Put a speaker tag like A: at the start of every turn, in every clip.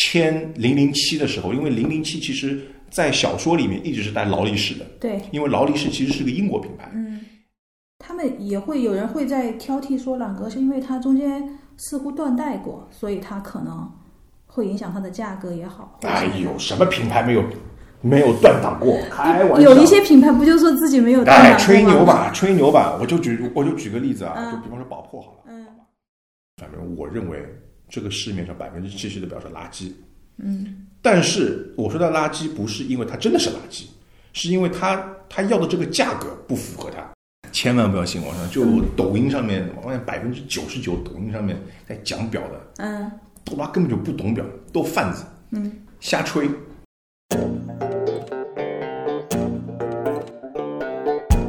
A: 签零零七的时候，因为零零七其实在小说里面一直是带劳力士的，
B: 对，
A: 因为劳力士其实是个英国品牌，
B: 嗯，他们也会有人会在挑剔说朗格是因为它中间似乎断代过，所以它可能会影响它的价格也好。或者
A: 哎呦，什么品牌没有没有断档过？开玩笑，
B: 有一些品牌不就说自己没有断档
A: 哎，
B: 过
A: 吹牛
B: 吗？
A: 吧，吹牛吧，我就举我就举个例子啊，
B: 嗯
A: 就比方说宝珀好了，
B: 嗯
A: 反正我认为这个市面上百分之七十的表是垃圾，
B: 嗯
A: 但是我说的垃圾不是因为它真的是垃圾，是因为它它要的这个价格不符合它。千万不要信网上，就
B: 嗯
A: 抖音上面，我发现百分之九十九抖音上面在讲表的，
B: 嗯
A: 他妈根本就不懂表，都贩子，
B: 嗯，
A: 瞎吹。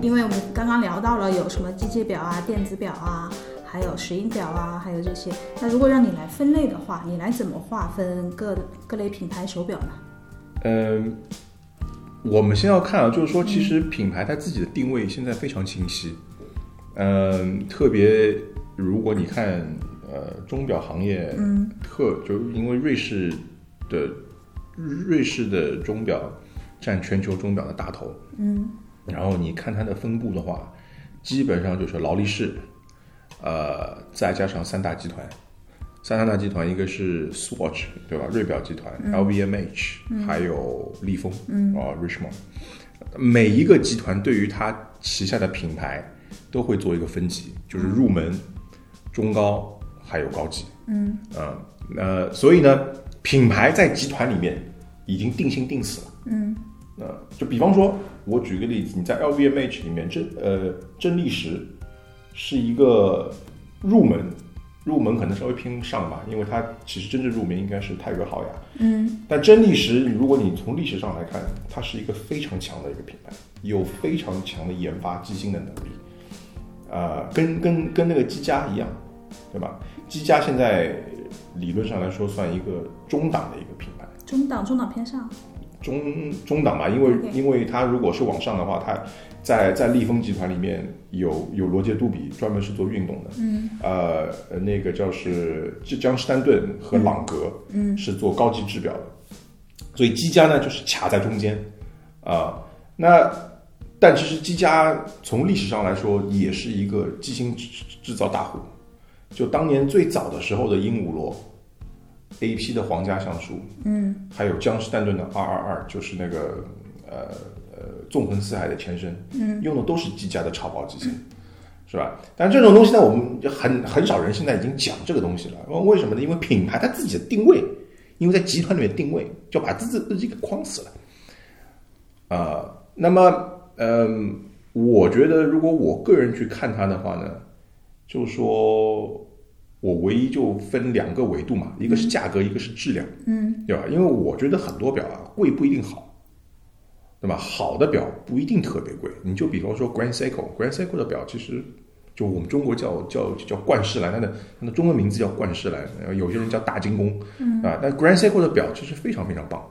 B: 因为我们刚刚聊到了有什么机械表啊、电子表啊，还有石英表啊，还有这些。那如果让你来分类的话，你来怎么划分各各类品牌手表呢？
A: 嗯，我们先要看啊，就是说，其实品牌它自己的定位现在非常清晰。嗯，特别如果你看呃钟表行业，
B: 嗯
A: 特就因为瑞士的瑞士的钟表占全球钟表的大头，
B: 嗯
A: 然后你看它的分布的话，基本上就是劳力士，呃，再加上三大集团，三大集团一个是 Swatch 对吧？瑞表集团、LVMH，、还
B: 嗯
A: 有利丰，嗯，啊、Richmond，每一个集团对于它旗下的品牌都会做一个分级，就是入门、中高还有高级，
B: 嗯
A: 嗯，呃，所以呢，品牌在集团里面已经定性定死了。
B: 嗯
A: 呃，就比方说，我举个例子，你在 LVMH 里面，真呃真力时是一个入门，入门可能稍微偏上吧，因为它其实真正入门应该是泰格豪雅。
B: 嗯
A: 但真力时，如果你从历史上来看，它是一个非常强的一个品牌，有非常强的研发基金的能力，呃，跟跟跟那个积家一样，对吧？积家现在理论上来说算一个中档的一个品牌。
B: 中档中档偏上。
A: 中中档吧，因为
B: OK
A: 因为它如果是往上的话，它在在利丰集团里面有有罗杰杜比专门是做运动的，
B: 嗯
A: 呃，呃那个叫是江江诗丹顿和朗格
B: 嗯
A: 是做高级制表的，所以积家呢就是卡在中间啊、那但其实积家从历史上来说也是一个机芯制制造大户，就当年最早的时候的鹦鹉螺，AP 的皇家橡树，
B: 嗯
A: 还有江诗丹顿的二二二，就是那个呃呃纵横四海的前身，
B: 嗯
A: 用的都是积家的超薄机芯，是吧？但这种东西呢，我们就很很少人现在已经讲这个东西了。因为为什么呢？因为品牌它自己的定位，因为在集团里面定位，就把自己自己给框死了。呃，那么嗯、我觉得如果我个人去看它的话呢，就是说我唯一就分两个维度嘛，一个是价格，一个是质量。
B: 嗯
A: 对吧？因为我觉得很多表啊，贵不一定好，对吧？好的表不一定特别贵。你就比方说 Grand Seiko，Grand Seiko 的表其实就我们中国叫叫叫冠世兰，它的它的中文名字叫冠世兰，呃有些人叫大金工啊。但 Grand Seiko 的表其实非常非常棒，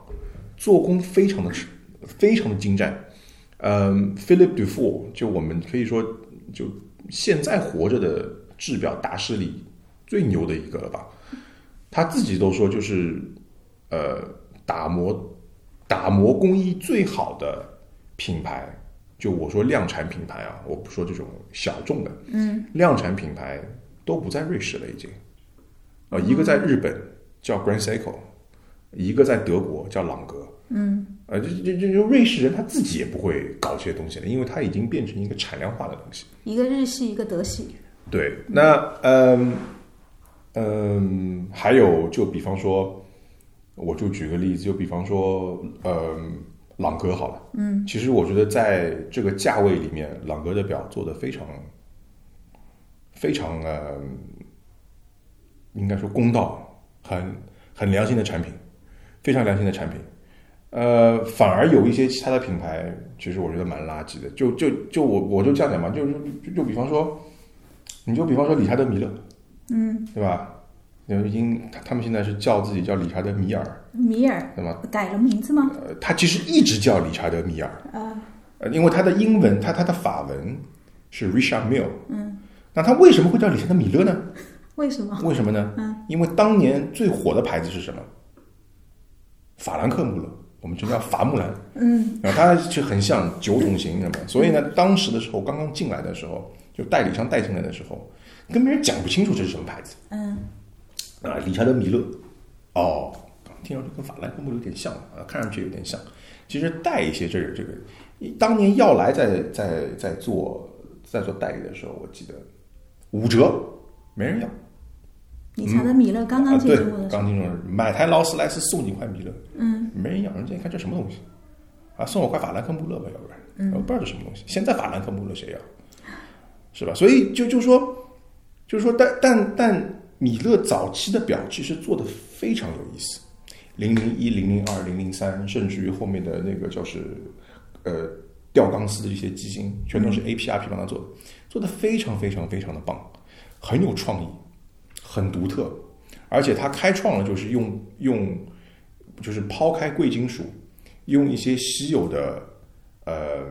A: 做工非常的非常的精湛。嗯，Philip Dufour 就我们可以说就现在活着的制表大师里最牛的一个了吧。他自己都说，就是呃打磨打磨工艺最好的品牌，就我说量产品牌啊，我不说这种小众的
B: 嗯
A: 量产品牌都不在瑞士了，已经。呃，一个在日本叫 Grand Seiko，一个在德国叫朗格。
B: 嗯
A: 呃，这这这就瑞士人他自己也不会搞这些东西了，因为它已经变成一个产量化的东西。
B: 一个日系，一个德系。
A: 对，那嗯嗯，还有就比方说，我就举个例子，就比方说，嗯，朗格好了，
B: 嗯，
A: 其实我觉得在这个价位里面，朗格的表做的非常非常呃，应该说公道，很很良心的产品，非常良心的产品。呃，反而有一些其他的品牌，其实我觉得蛮垃圾的。就就就我我就这样讲嘛，就就就就比方说，你就比方说理查德米勒，
B: 嗯，
A: 对吧？因为已经他他们现在是叫自己叫理查德米尔，
B: 米尔
A: 对吗？
B: 改了名字吗？
A: 呃，他其实一直叫理查德米尔，
B: 啊，
A: 呃，因为他的英文，他他的法文是 Richard Mille。
B: 嗯，
A: 那他为什么会叫理查德米勒呢？
B: 为什么？
A: 为什么呢？
B: 嗯，
A: 因为当年最火的牌子是什么？法兰克穆勒，我们就叫法木兰。
B: 嗯，
A: 然后它就很像九种型什么，所以呢，当时的时候刚刚进来的时候，就代理商带进来的时候，跟别人讲不清楚这是什么牌子。
B: 嗯，
A: 啊，理查德米勒，哦，听上去跟法兰克穆勒有点像啊，看上去有点像，其实带一些这个这个，当年耀莱在在在做在做代理的时候，我记得五折没人要。
B: 理查德米勒刚刚进
A: 啊
B: 中国
A: 对
B: 的时候，
A: 刚进中国，买台劳斯莱斯送你一块米勒，嗯，没人要，人家一看这什么东西，啊，送我块法兰克穆勒吧，要不然，
B: 嗯
A: 我不知道这什么东西。现在法兰克穆勒谁要？是吧？所以就就说，就是说，但但但米勒早期的表其实做的非常有意思，零零一、零零二、零零三，甚至于后面的那个就是呃吊钢丝的一些机芯，全都是
B: 嗯
A: APRP 帮他做的，做的非常非常非常的棒，很有创意，很独特，而且他开创了就是用用就是抛开贵金属，用一些稀有的呃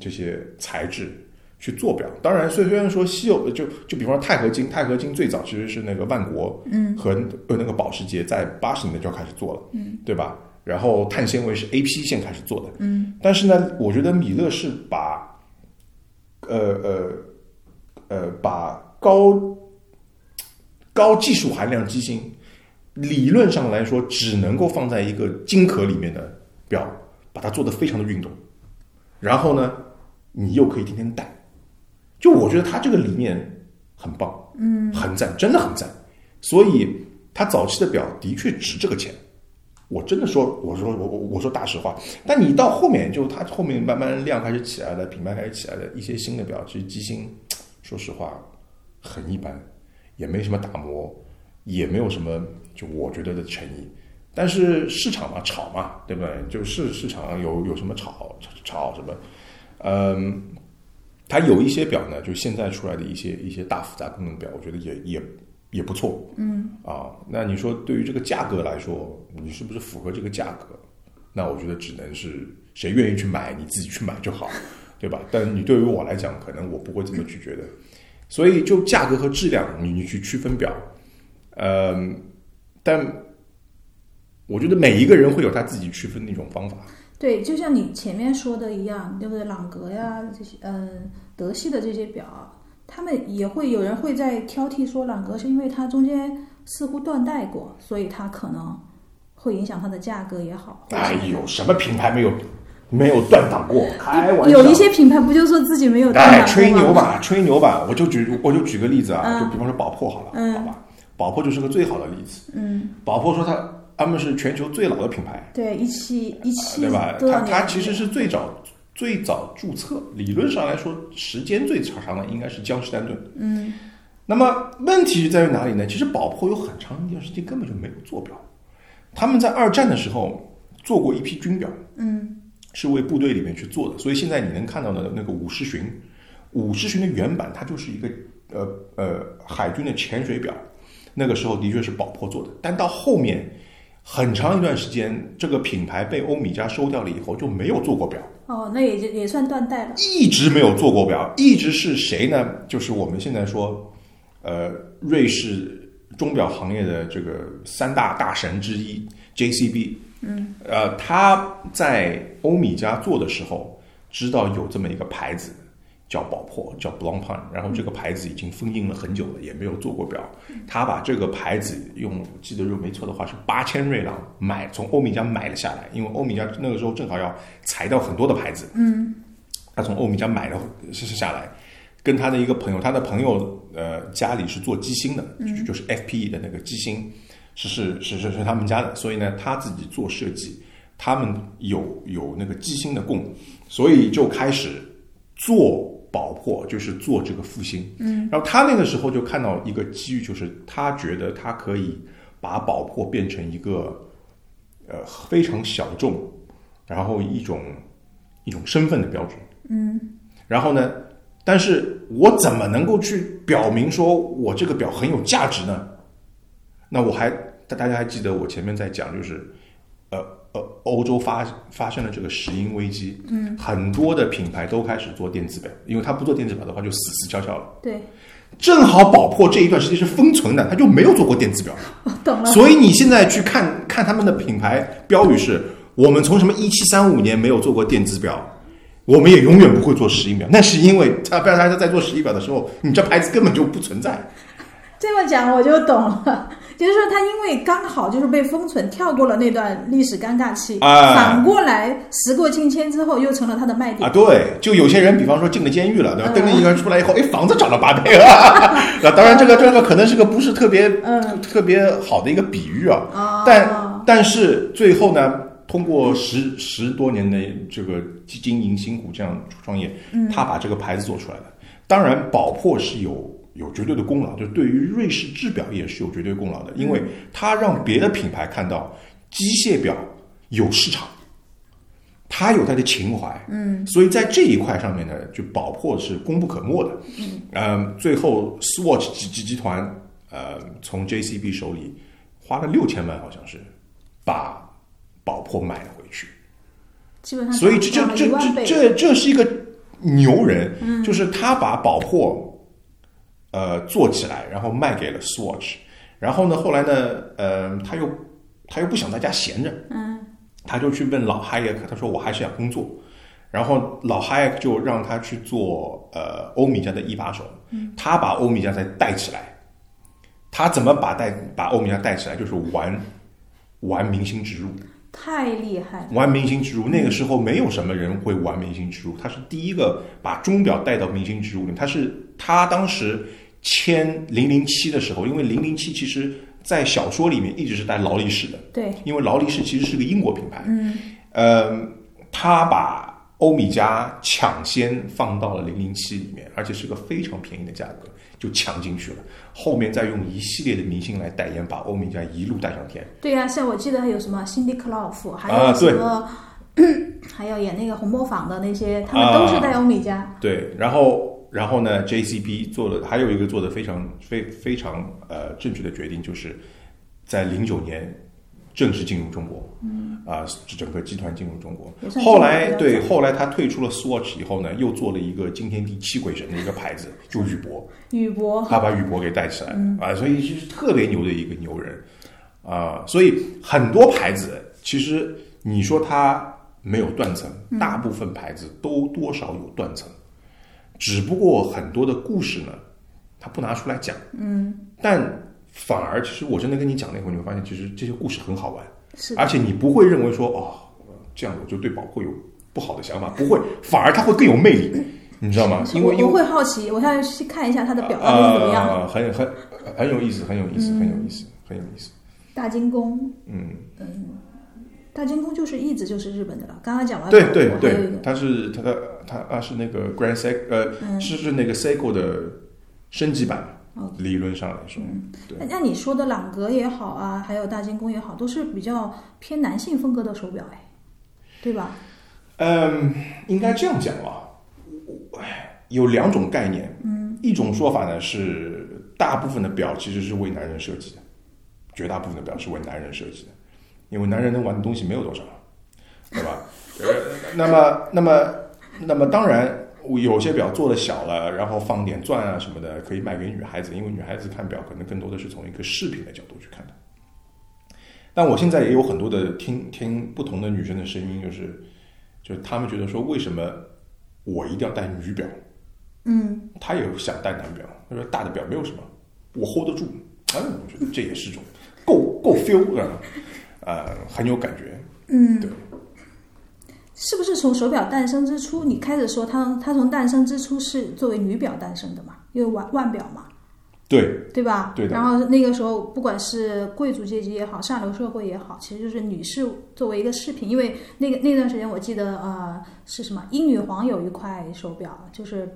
A: 这些材质去做表。当然，虽虽然说稀有的就就比方说钛合金，钛合金最早其实是那个万国嗯和呃那个保时捷在八十年代就要开始做了，嗯，对吧？然后碳纤维是 A P 线开始做的，嗯，但是呢，我觉得米勒是把呃呃呃把高高技术含量机芯，理论上来说只能够放在一个晶壳里面的表，把它做得非常的运动。然后呢，你又可以天天戴。就我觉得他这个理念很棒，嗯，很赞，真的很赞。所以他早期的表的确值这个钱。我真的说，我说我我我说大实话，但你到后面，就它后面慢慢量开始起来了，品牌开始起来了，一些新的表，其实机芯，说实话很一般，也没什么打磨，也没有什么就我觉得的诚意。但是市场嘛，炒嘛，对不对？就是市场有有什么炒炒什么，嗯，它有一些表呢，就现在出来的一些一些大复杂功能表，我觉得也也也不错。嗯啊，那你说对于这个价格来说，你是不是符合这个价格？那我觉得只能是谁愿意去买，你自己去买就好，对吧？但你对于我来讲，可能我不会这么去觉得。所以就价格和质量，你你去区分表，嗯、但我觉得每一个人会有他自己区分的一种方法。
B: 对，就像你前面说的一样，对不对？朗格呀，这些嗯、德系的这些表啊，他们也会有人会在挑剔说，朗格是因为它中间似乎断代过，所以它可能会影响它的价格也好。或者
A: 哎呦，什么品牌没有没有断档过？开玩笑，
B: 有一些品牌不就说自己没有断档
A: 哎，
B: 过
A: 吹牛
B: 吗？
A: 吧，吹牛吧，我就举我就举个例子啊，
B: 嗯
A: 就比方说宝珀好了，
B: 嗯
A: 好吧，宝珀就是个最好的例子。
B: 嗯，
A: 宝珀说它他们是全球最老的品牌，
B: 对，一七一七
A: 啊对吧？
B: 多少
A: 它
B: 年？
A: 它其实是最早最早注册，理论上来说时间最长的应该是江诗丹顿。
B: 嗯
A: 那么问题是在于哪里呢？其实宝珀有很长一段时间根本就没有做表，他们在二战的时候做过一批军表，
B: 嗯
A: 是为部队里面去做的，所以现在你能看到的那个五狮巡，五狮巡的原版它就是一个呃呃海军的潜水表，那个时候的确是宝珀做的，但到后面很长一段时间，这个品牌被欧米茄收掉了以后就没有做过表，
B: 哦，那也就也算断代了。
A: 一直没有做过表，一直是谁呢？就是我们现在说，呃，瑞士钟表行业的这个三大大神之一 JCB，嗯，呃，他在欧米茄做的时候，知道有这么一个牌子叫宝珀，叫 Blancpain，然后这个牌子已经封印了很久了，也没有做过表。他把这个牌子用，我记得如果没错的话是八千瑞郎买，从欧米茄买了下来，因为欧米茄那个时候正好要裁掉很多的牌子，他从欧米茄买了是是下来，跟他的一个朋友，他的朋友呃家里是做机芯的，就就是 FPE 的那个机芯，是是是是是他们家的，所以呢他自己做设计，他们有有那个机芯的供，所以就开始做宝珀，就是做这个复兴。嗯，然后他那个时候就看到一个机遇，就是他觉得他可以把宝珀变成一个呃非常小众，然后一种一种身份的标准。然后呢，但是我怎么能够去表明说我这个表很有价值呢？那我还大大家还记得我前面在讲，就是呃呃，欧洲发发生了这个石英危机，嗯，很多的品牌都开始做电子表，因为它不做电子表的话就死死翘翘了。
B: 对，
A: 正好宝珀这一段时间是封存的，它就没有做过电子表。
B: 我懂了。
A: 所以你现在去看看他们的品牌标语是：我们从什么一七三五年没有做过电子表，我们也永远不会做石英表。那是因为他不然他在做石英表的时候，你这牌子根本就不存在。
B: 这么讲我就懂了， 就是说他因为刚好就是被封存，跳过了那段历史尴尬期，
A: 哎
B: 反过来时过境迁之后又成了他的卖点。嗯
A: 啊，对，就有些人，比方说进了监狱了，对吧？登了一个人出来以后，哎，房子涨了八 倍啊！那当然，这个这个可能是个不是特别
B: 嗯
A: 特别好的一个比喻啊，
B: 哦
A: 但但是最后呢，通过十十多年的这个经营辛苦这样创业，
B: 嗯
A: 他把这个牌子做出来了。当然，宝珀是有有绝对的功劳，就对于瑞士制表业是有绝对功劳的，因
B: 嗯
A: 为它让别的品牌看到机械表有市场。它有它的情怀，嗯，所以在这一块上面呢，就宝珀是功不可没的，嗯，最后 Swatch 集集集团，呃，从 JCB 手里花了六千万，好像是把宝珀买了回去，
B: 基本上
A: 所以这
B: 涨
A: 这这
B: 了一万
A: 这
B: 倍嗯
A: 这这是一个牛人，就是他把宝珀呃做起来，然后卖给了 Swatch，然后呢，后来呢，呃，他又他又不想在家闲着，嗯，他就去问老 Hayek，他说我还是想工作。然后老 Hayek 就让他去做呃欧米茄的一把手，
B: 嗯
A: 他把欧米茄再带起来，他怎么把带把欧米茄带起来？就是玩玩明星植入，
B: 太厉害了，
A: 玩明星植入，那个时候没有什么人会玩明星植入，他是第一个把钟表带到明星植入里面。他是他当时签零零七的时候，因为零零七其实在小说里面一直是带劳力士的，
B: 对，
A: 因为劳力士其实是个英国品牌。嗯，呃，他把欧米茄抢先放到了零零七里面，而且是个非常便宜的价格就抢进去了，后面再用一系列的明星来代言，把欧米茄一路带上天。
B: 对呀、像我记得还有什么辛迪克劳夫，还
A: 啊
B: 有
A: 对
B: 什么、 还有演那个《红磨坊》的那些，他们都是戴欧米茄。
A: 对，然后然后呢，JCB 做了还有一个做的非常非非常呃正确的决定，就是在零九年正式进入中国，嗯，啊、整个集团进入中国
B: 也。算
A: 后来
B: 进入比较
A: 对，
B: 早
A: 后来他退出了 Swatch 以后呢，又做了一个惊天地泣鬼神的一个牌子，就宇舶，
B: 宇舶
A: 他把宇舶给带起来了、
B: 嗯
A: 啊，所以就是特别牛的一个牛人啊、所以很多牌子其实你说它没有断层，
B: 嗯
A: 大部分牌子都多少有断层，只不过很多的故事呢，他不拿出来讲，嗯，但反而其实我真的跟你讲那会儿，你会发现其实这些故事很好玩，
B: 是的
A: 而且你不会认为说哦，这样我就对宝珀有不好的想法，不会，反而它会更有魅力，你知道吗？啊因
B: 我
A: 为因为
B: 我会好奇，我下去看一下他的表到底是怎么样的。
A: 啊、很很很有意思，很有意思，很有意思，很有意思。
B: 大金宫，
A: 嗯，
B: 大金宫就是一直就是日本的了。刚刚讲完
A: 对
B: 法国
A: 对
B: 嗯啊还有一
A: 对
B: 个，
A: 他是他的他他是那个 Grand Seiko，呃，是是那个 Seiko 的升级版
B: 嗯哦，
A: 理论上来说，对
B: 那那你说的朗格也好啊，还有大金宫也好，都是比较偏男性风格的手表，哎，对吧？
A: 嗯，应该这样讲啊，有两种概念，嗯，一种说法呢是大部分的表其实是为男人设计的，绝大部分的表是为男人设计的，因为男人能玩的东西没有多少，对吧？ 呃，那么那么那么当然。有些表做的小了，然后放点钻啊什么的，可以卖给女孩子，因为女孩子看表可能更多的是从一个饰品的角度去看的。但我现在也有很多的听听不同的女生的声音，就是就是他们觉得说，为什么我一定要戴女表？
B: 嗯，
A: 他也想戴男表，他说大的表没有什么，我 hold 得住。哎，我觉得这也是种够够 feel 啊，呃，很有感觉。
B: 是不是从手表诞生之初，你开始说它它从诞生之初是作为女表诞生的嘛？因为腕腕表嘛，
A: 对
B: 对吧？
A: 对的
B: 然后那个时候，不管是贵族阶级也好，上流社会也好，其实就是女士作为一个饰品，因为那个那段时间我记得呃是什么，英女皇有一块手表，就是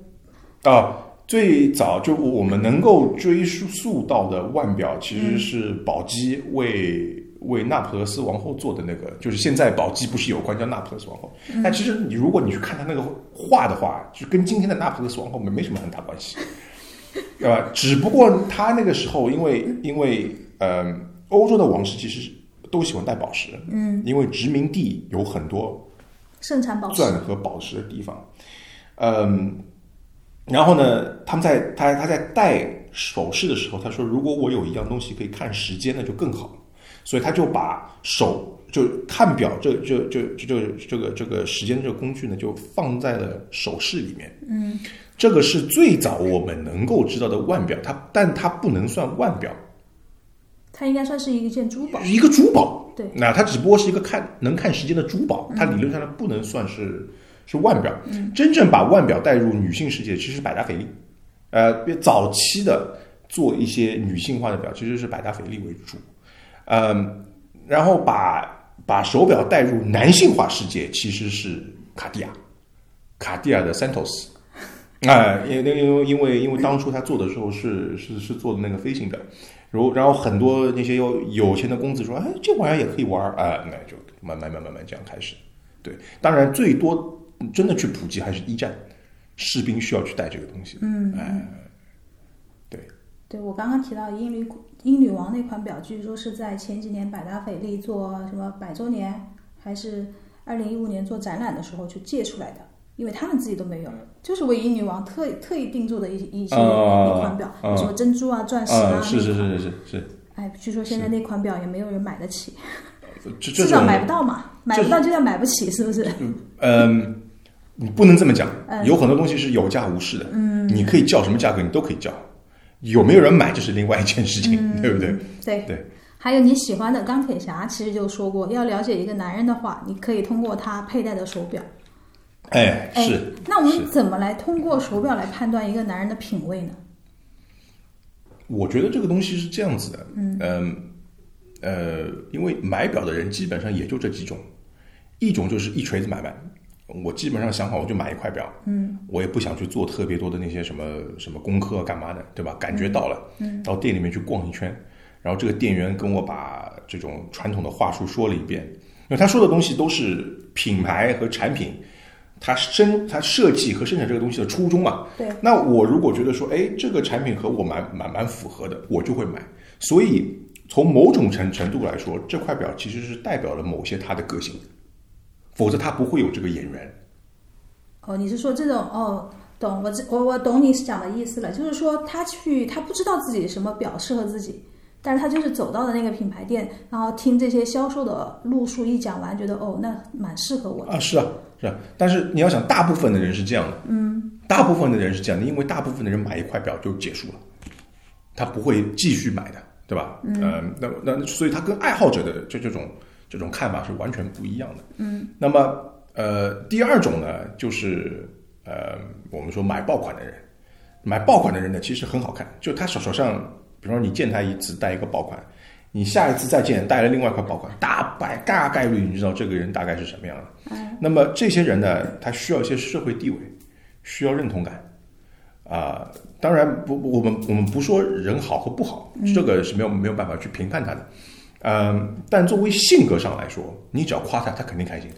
A: 啊，最早就我们能够追溯到的腕表，其实是宝鸡为。为那不勒斯王后做的那个，就是现在宝鸡不是有关叫那不勒斯王后，但其实你如果你去看他那个画的话，就跟今天的那不勒斯王后没没什么很大关系。对吧？只不过他那个时候，因为因为呃，欧洲的王室其实都喜欢戴宝石，嗯，因为殖民地有很多
B: 盛产宝石。
A: 钻和宝石的地方，嗯，然后呢，他们在他他在戴首饰的时候，他说如果我有一样东西可以看时间，那就更好了。所以他就把手就看表这这这这这个这个这个时间这个工具呢，就放在了首饰里面。
B: 嗯，
A: 这个是最早我们能够知道的腕表，它但它不能算腕表，
B: 它应该算是一件珠宝。
A: 一个珠宝。
B: 对
A: 那它只不过是一个看能看时间的珠宝，它理论上呢不能算是是腕表。真正把腕表带入女性世界，其实是百达翡丽。呃，早期的做一些女性化的表，其实是百达翡丽为主。嗯，然后把把手表带入男性化世界，其实是卡地亚，卡地亚的 Santos。啊、因因因为因为因为当初他做的时候是是是做的那个飞行表，如然后很多那些有有钱的公子说，哎，这玩意儿也可以玩儿啊、那就慢慢慢慢慢这样开始。对，当然最多真的去普及还是一战，士兵需要去带这个东西。
B: 嗯，
A: 哎，对，
B: 对我刚刚提到英女英女王那款表，据说是在前几年百达翡丽做什么百周年，还是二零一五年做展览的时候就借出来的，因为他们自己都没有，就是为英女王特特意定做的一一些
A: 嗯啊
B: 一款表，
A: 啊
B: 什么珍珠啊、钻石啊。
A: 啊，是是是是是是，
B: 哎，据说现在那款表也没有人买得起，
A: 这这
B: 至少
A: 种
B: 嗯买不到嘛，买不到就叫买不起，是不是？
A: 嗯，你不能这么讲，
B: 嗯
A: 有很多东西是有价无市的，嗯，你可以叫什么价格，你都可以叫，有没有人买这是另外一件事情，
B: 嗯
A: 对不对？
B: 对
A: 对。
B: 还有你喜欢的钢铁侠，其实就说过，要了解一个男人的话，你可以通过他佩戴的手表。
A: 哎，
B: 哎
A: 是，
B: 那我
A: 是
B: 们怎么来通过手表来判断一个男人的品味呢？
A: 我觉得这个东西是这样子的，嗯，呃，因为买表的人基本上也就这几种，一种就是一锤子买卖，我基本上想好我就买一块表，嗯，我也不想去做特别多的那些什么什么功课啊干嘛的，对吧？感觉到了，嗯，到店里面去逛一圈，然后这个店员跟我把这种传统的话术说了一遍，因为他说的东西都是品牌和产品。它生它设计和生产这个东西的初衷啊嘛，
B: 对，
A: 那我如果觉得说，哎，这个产品和我蛮蛮蛮符合的，我就会买。所以从某种程程度来说，这块表其实是代表了某些他的个性，否则他不会有这个眼缘。
B: 哦，你是说这种哦？懂，我知我我懂你讲的意思了，就是说他去他不知道自己什么表适合自己，但是他就是走到的那个品牌店，然后听这些销售的路数一讲完，觉得哦，那蛮适合我的。
A: 啊，是啊，是啊。但是你要想，大部分的人是这样的，嗯，大部分的人是这样的，因为大部分的人买一块表就结束了，他不会继续买的，对吧？嗯，那那所以他跟爱好者的这这种这种看法是完全不一样的。嗯，那么呃，第二种呢，就是呃，我们说买爆款的人，买爆款的人呢，其实很好看，就他手手上，比方说你见他一次戴一个爆款。你下一次再见，带了另外一块爆款，大概大概率你知道这个人大概是什么样了。那么这些人呢，他需要一些社会地位，需要认同感，啊、当然不，不我们我们不说人好和不好，这个是没有没有办法去评判他的，嗯、但作为性格上来说，你只要夸他，他肯定开心，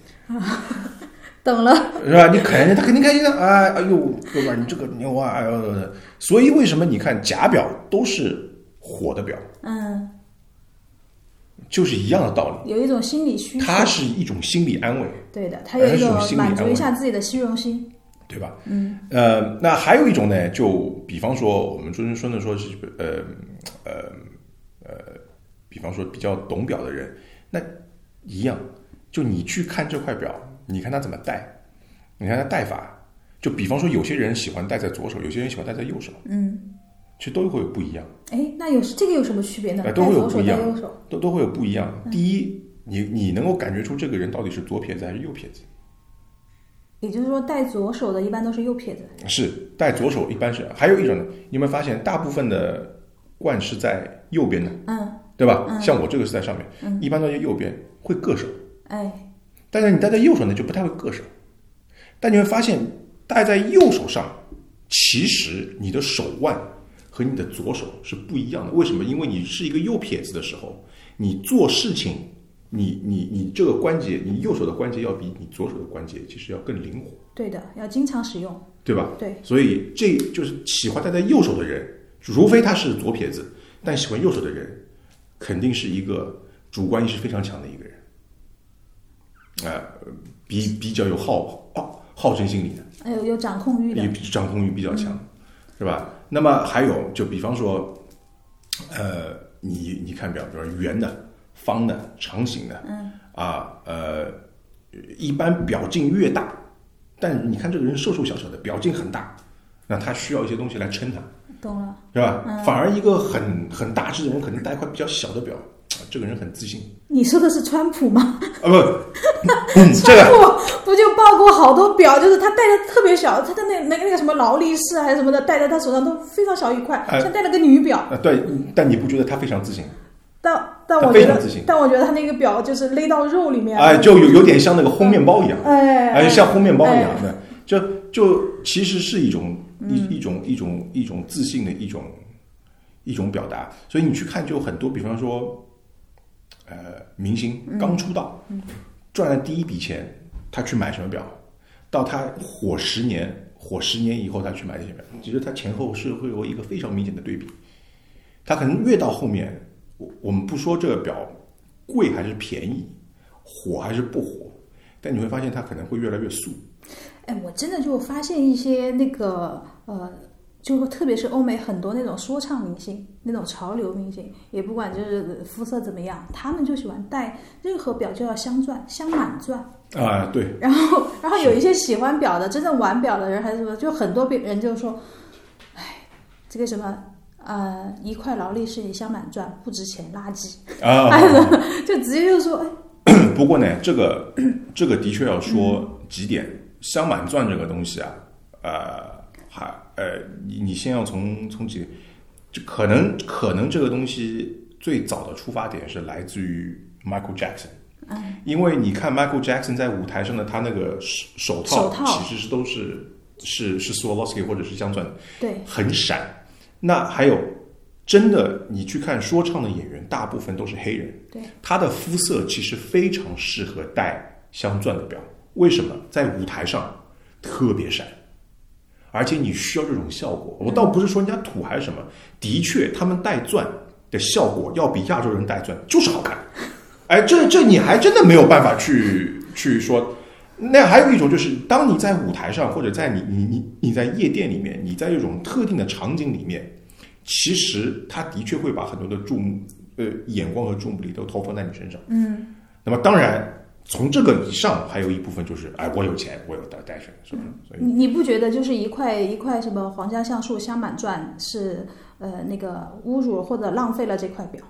B: 懂了，
A: 是吧？你肯定他肯定开心的，哎哎呦，哥们儿，你这个牛啊，哎呦，所以为什么你看假表都是火的表，
B: 嗯，
A: 就是一样的道
B: 有一种心理需
A: 理，
B: 求，
A: 它是一种心理安慰。
B: 对的，他有一种
A: 还是有心理
B: 满足
A: 安慰
B: 一下自己的虚荣心。
A: 对吧？嗯，呃，那还有一种呢，就比方说我们尊称的说是呃呃呃，比方说比较懂表的人，那一样，就你去看这块表，你看他怎么戴，你看他戴法，就比方说有些人喜欢戴在左手，有些人喜欢戴在右手，
B: 嗯，
A: 其实都会有不一样，
B: 哎，那有这个有什么区别呢？
A: 哎
B: 戴
A: 都会有不
B: 左手
A: 一
B: 戴
A: 样
B: 右手，
A: 都都会有不一样。第一，你你能够感觉出这个人到底是左撇子还是右撇子。
B: 也就是说戴左手的一般都是右撇子。
A: 是戴左手一般是，还有一种呢，你有没有发现大部分的腕是在右边的，
B: 嗯，
A: 对吧？像我这个是在上面，一般都在右边会硌手，
B: 哎，
A: 但是你戴在右手呢就不太会硌手。但你会发现戴在右手上，其实你的手腕和你的左手是不一样的。为什么？因为你是一个右撇子的时候，你做事情，你你你这个关节，你右手的关节要比你左手的关节其实要更灵活，
B: 对的，要经常使用。
A: 对吧？
B: 对，
A: 所以这就是喜欢戴在右手的人，除非他是左撇子，但喜欢右手的人，肯定是一个主观意识非常强的一个人，啊呃，比比较有好好好胜心理的，
B: 还有有掌控欲
A: 也
B: 的。
A: 比掌控欲比较强。对吧？那么还有，就比方说，呃，你你看表，比如说圆的、方的、长形的，嗯，啊，呃，一般表径越大，但你看这个人瘦瘦小小的，表径很大，那他需要一些东西来撑他，
B: 懂了，
A: 对吧？反而一个很很大只的人，可能戴一块比较小的表，这个人很自信
B: 你说的是川普吗？
A: 啊，不， 嗯这个
B: 川普不就爆过好多表，就是他戴的特别小，他的那那个那个什么劳力士还是什么的，戴在他手上都非常小一块，
A: 哎
B: 像戴了个女表。
A: 啊，对，但你不觉得他非常自信？
B: 但但
A: 他
B: 我
A: 非
B: 觉
A: 常
B: 得
A: 自信，
B: 但我觉得他那个表就是勒到肉里面了。
A: 哎，就有有点像那个烘面包一样，
B: 哎
A: 哎，
B: 哎
A: 像烘面包一样的，就就其实是一种一一种一种一种自信的一种一种表达。所以你去看，就很多，比方说，呃，明星刚出道，赚了第一笔钱，他去买什么表？到他火十年，火十年以后，他去买这些表，其实他前后是会有一个非常明显的对比。他可能越到后面，我我们不说这个表贵还是便宜，火还是不火，但你会发现它可能会越来越素。
B: 哎，我真的就发现一些那个呃，就特别是欧美很多那种说唱明星、那种潮流明星，也不管就是肤色怎么样，他们就喜欢戴任何表就要镶钻、镶满钻。
A: 啊、对，
B: 然后，然后有一些喜欢表的、真正玩表的人还是什么，就很多别人就说，哎，这个什么。呃，一块劳力士一镶满钻不值钱，垃圾。
A: 啊、
B: 还有什么 就直接就说，哎，
A: 不过呢，这个 这个的确要说几点，镶满钻这个东西啊，呃，还呃，你你先要从从几，就可能可能这个东西最早的出发点是来自于 Michael Jackson。因为你看 Michael Jackson 在舞台上的他那个手手套，
B: 手套
A: 其实是都是是是 Swarovski 或者是镶钻的，
B: 对，
A: 很闪。那还有，真的，你去看说唱的演员，大部分都是黑人，
B: 对，
A: 他的肤色其实非常适合戴镶钻的表。为什么？在舞台上特别闪，而且你需要这种效果。我倒不是说人家土还是什么，的确，他们戴钻的效果要比亚洲人戴钻就是好看。哎，这这你还真的没有办法去去说。那还有一种就是，当你在舞台上，或者在你你你你在夜店里面，你在这种特定的场景里面，其实他的确会把很多的注目呃眼光和注目力都投放在你身上。嗯。那么当然，从这个以上还有一部分就是，哎，我有钱，我有带带选，是不是？所以
B: 你你不觉得就是一块一块什么皇家橡树镶满钻是呃那个侮辱或者浪费了这块表？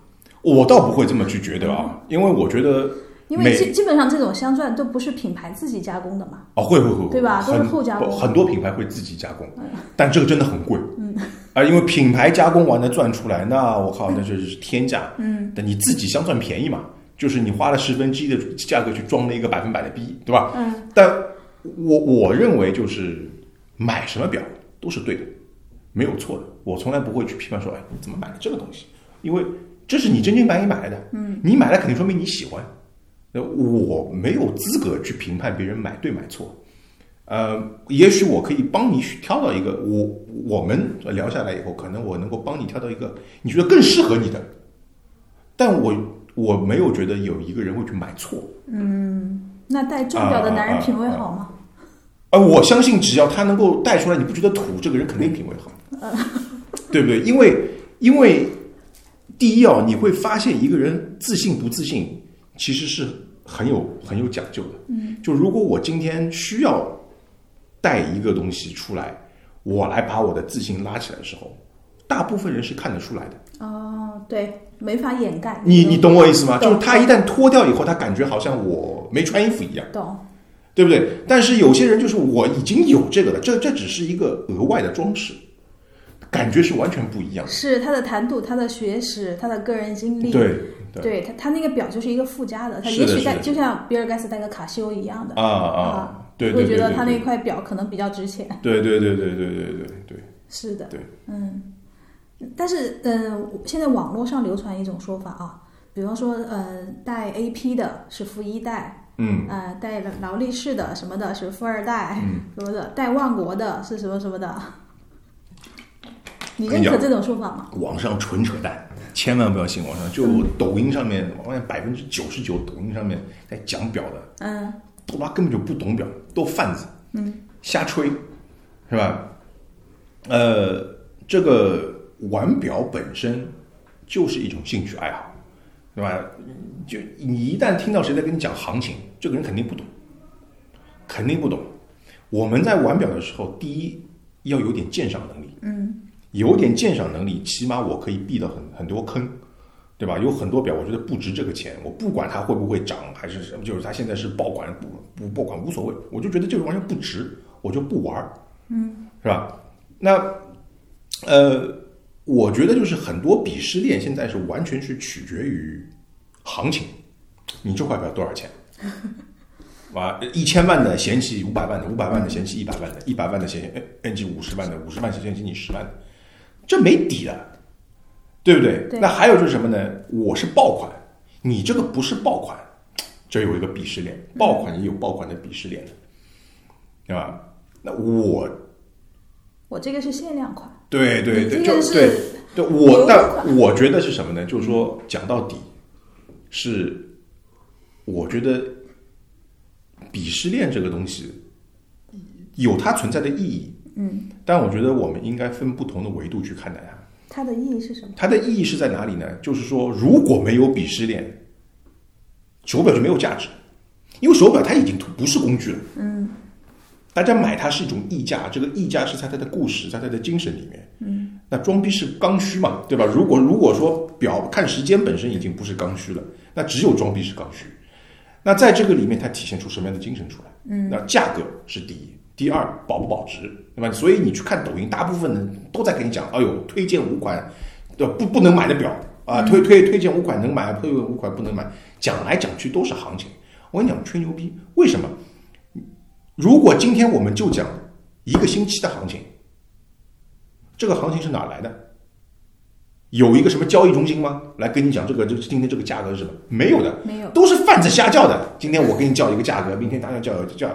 A: 我倒不会这么去觉得啊，因为我觉得
B: 因
A: 每
B: 为基基本上这种镶钻都不是品牌自己加工的嘛。
A: 哦，会会会，会
B: 对吧都是
A: 很
B: 后加工嗯
A: 不很多品牌会自己加工，但这个真的很贵，嗯，啊，因为品牌加工完的钻出来，那我靠，那就是天价，嗯，但你自己镶钻便宜嘛，就是你花了十分之一的价格去装了一个百分百的逼，对吧？嗯，但我我认为就是买什么表都是对的，没有错的，我从来不会去批判说，哎，你怎么买了这个东西？因为这是你真金白银买来的，嗯，你买来肯定说明你喜欢。那我没有资格去评判别人买对买错，呃，也许我可以帮你去挑到一个，我我们聊下来以后，可能我能够帮你挑到一个你觉得更适合你的，但我我没有觉得有一个人会去买错。
B: 那戴钻表的男
A: 啊
B: 人
A: 啊
B: 品味好吗？
A: 呃，我相信只要他能够带出来，你不觉得土，这个人肯定品味好，对不对？因为因为第一哦，你会发现一个人自信不自信，其实是很有很有讲究的。嗯，就如果我今天需要带一个东西出来，我来把我的自信拉起来的时候，大部分人是看得出来的。
B: 哦，对，没法掩盖。
A: 啊你你懂我意思吗？就
B: 懂
A: 是他一旦脱掉以后，他感觉好像我没穿衣服一样。
B: 懂？
A: 对不对？但是有些人就是我已经有这个了，这这只是一个额外的装饰，感觉是完全不一样的。
B: 是他的谈吐，他的学识，他的个人经历。
A: 对对
B: 对他，他那个表就是一个附加的，他
A: 是的
B: 也许
A: 是
B: 戴
A: 的
B: 就像比尔盖茨戴个卡西欧一样的
A: 啊啊
B: 啊，
A: 对
B: 我
A: 对
B: 觉
A: 对对
B: 得他那
A: 对
B: 块表可能比较值钱。
A: 对对对对对对对对
B: 是的，
A: 对
B: 嗯，但是嗯、呃现在网络上流传一种说法啊，比方说呃，戴 AP 的是富一代，
A: 嗯
B: 呃，戴劳力士的什么的是富二代，
A: 嗯
B: 什么的，戴万国的是什么什么的，你
A: 跟
B: 认
A: 你
B: 可
A: 讲
B: 这种说法吗？
A: 网上纯扯淡，千万不要信网上。就抖音上面，我发现百分之九十九抖音上面在讲表的，
B: 嗯，
A: 都他妈根本就不懂表，都贩子，嗯，瞎吹，是吧？呃，这个玩表本身就是一种兴趣爱好，对吧？就你一旦听到谁在跟你讲行情，这个人肯定不懂，肯定不懂。我们在玩表的时候，第一要有点鉴赏能力，
B: 嗯，
A: 有点鉴赏能力，起码我可以避到很很多坑，对吧？有很多表，我觉得不值这个钱，我不管它会不会涨还是什么，就是它现在是爆款，不不爆款无所谓，我就觉得这个玩意儿不值，我就不玩儿，嗯，是吧？那呃，我觉得就是很多鄙视链现在是完全是取决于行情，你这块表多少钱？啊，一千万的嫌弃五百万的，五百万的嫌弃一百万的，一百万的嫌弃 N G 五十万的，五十万嫌弃你十万的，这没底的，对不对？
B: 对
A: 那还有就是什么呢？我是爆款，你这个不是爆款，这有一个鄙视链，爆款也有爆款的鄙视链的，对吧？那我
B: 我这个是限量款，
A: 对对
B: 你
A: 对，
B: 这
A: 就
B: 个是
A: 对 对，
B: 流
A: 我
B: 动
A: 但我觉得是什么呢？就是说，讲到底是，我觉得鄙视链这个东西有它存在的意义，
B: 嗯，
A: 但我觉得我们应该分不同的维度去看待它。
B: 它的意义是什么？
A: 它的意义是在哪里呢？就是说，如果没有鄙视链，手表就没有价值，因为手表它已经不是工具了。嗯，大家买它是一种溢价，这个溢价是在它的故事，在它的精神里面。嗯，那装逼是刚需嘛，对吧？如果如果说表看时间本身已经不是刚需了，那只有装逼是刚需。那在这个里面，它体现出什么样的精神出来？嗯，那价格是第一，第二保不保值，对吧？所以你去看抖音，大部分人都在跟你讲，哎呦，推荐五款，对吧不不能买的表啊，推推推荐五款能买，推荐五款不能买，讲来讲去都是行情。我跟你讲，吹牛逼，为什么？如果今天我们就讲一个星期的行情，这个行情是哪来的？有一个什么交易中心吗？来跟你讲这个，这今天这个价格是什么？没有的，
B: 没有
A: 都是贩子瞎叫的。今天我给你叫一个价格，明天他要叫叫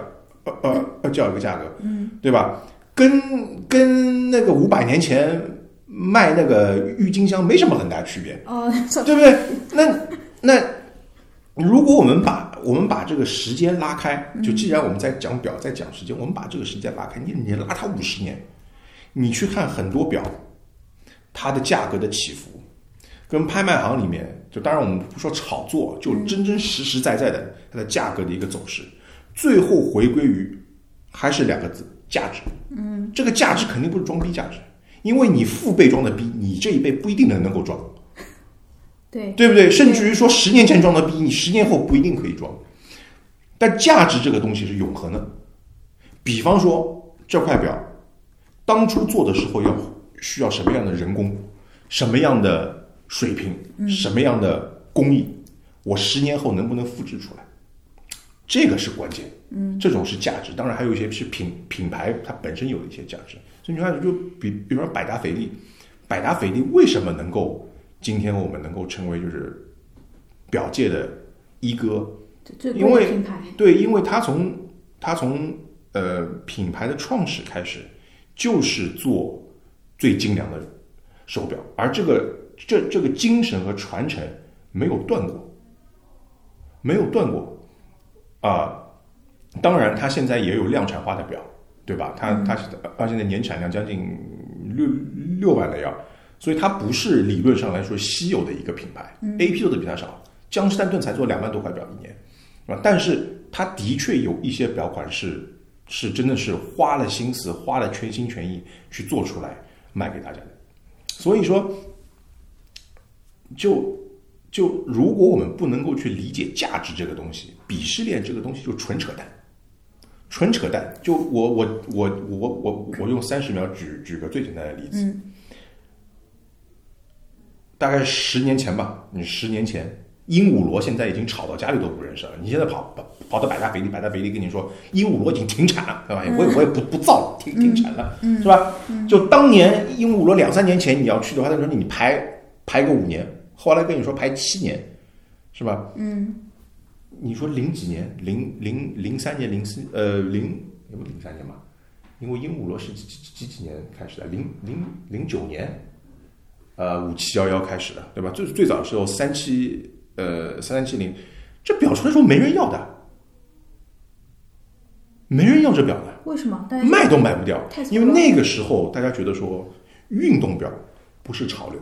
A: 呃呃呃叫一个价格，嗯，对吧？跟跟那个五百年前卖那个郁金香没什么很大区别，
B: 哦，
A: 对不对？那那如果我们把我们把这个时间拉开，就既然我们在讲表，在讲时间，我们把这个时间拉开，你你拉它五十年，你去看很多表，它的价格的起伏，跟拍卖行里面，就当然我们不说炒作，就真真实实在在的它的价格的一个走势，最后回归于还是两个字：价值。嗯，这个价值肯定不是装逼价值，因为你父辈装的逼，你这一辈不一定能能够装。
B: 对，
A: 对不对？甚至于说十年前装的逼，你十年后不一定可以装。但价值这个东西是永恒的。比方说这块表，当初做的时候要需要什么样的人工，什么样的水平，什么样的工艺，我十年后能不能复制出来，这个是关键。嗯，这种是价值，当然还有一些是品品牌它本身有的一些价值。所以你看，就比比方说百达翡丽，百达翡丽为什么能够今天我们能够成为就是表界的一哥？
B: 最
A: 因
B: 贵
A: 为
B: 的品牌，
A: 对，因为他从他从呃品牌的创始开始，就是做最精良的手表，而这个这这个精神和传承没有断过，没有断过啊、当然，它现在也有量产化的表，对吧？它它它现在年产量将近六六万了要，所以它不是理论上来说稀有的一个品牌。A P 做的比它少，江诗丹顿才做两万多块表一年，是吧？啊但是它的确有一些表款是是真的是花了心思、花了全心全意去做出来卖给大家的。所以说，就就如果我们不能够去理解价值这个东西，鄙视链这个东西就纯扯淡，纯扯淡。就我我我我我我用三十秒举举个最简单的例子，大概十年前吧，你十年前。鹦鹉螺现在已经炒到家里都不认识了。你现在跑跑跑到百达翡丽，百达翡丽跟你说鹦鹉螺已经停产了，对吧？我也我也不不造了，停停产了，是吧？就当年鹦鹉螺两三年前你要去的话，他说你排排个五年，后来跟你说排七年，是吧？你说零几年，零零零三年、零四呃零也不零三年吧，因为鹦鹉螺是几几几几年开始的？零零零九年，呃五七幺幺开始的，对吧？最最早的时候三七呃三三七零，这表出来的时候没人要的，没人要这表的，
B: 为什么？大家
A: 卖都卖不掉
B: 太，粗
A: 因为
B: 了
A: 那个时候大家觉得说运动表不是潮流，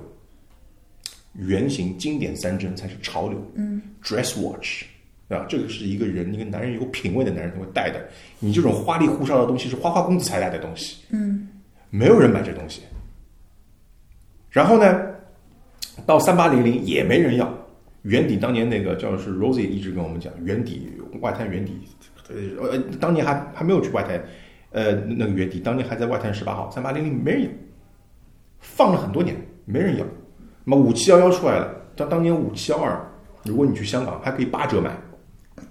A: 圆形经典三针才是潮流。嗯，dress watch 啊，这个是一个人一个男人有品味的男人才会戴的。你这种花里胡哨的东西是花花公子才戴的东西。嗯，没有人买这东西。然后呢，到三八零零也没人要。圆底当年那个叫是 Rosie 一直跟我们讲，圆底外滩圆底，呃，呃当年还还没有去外滩，呃，那个圆底当年还在外滩十八号，三八零零没人要，放了很多年没人要。那么五七幺幺出来了，当当年五七幺二，如果你去香港还可以八折买，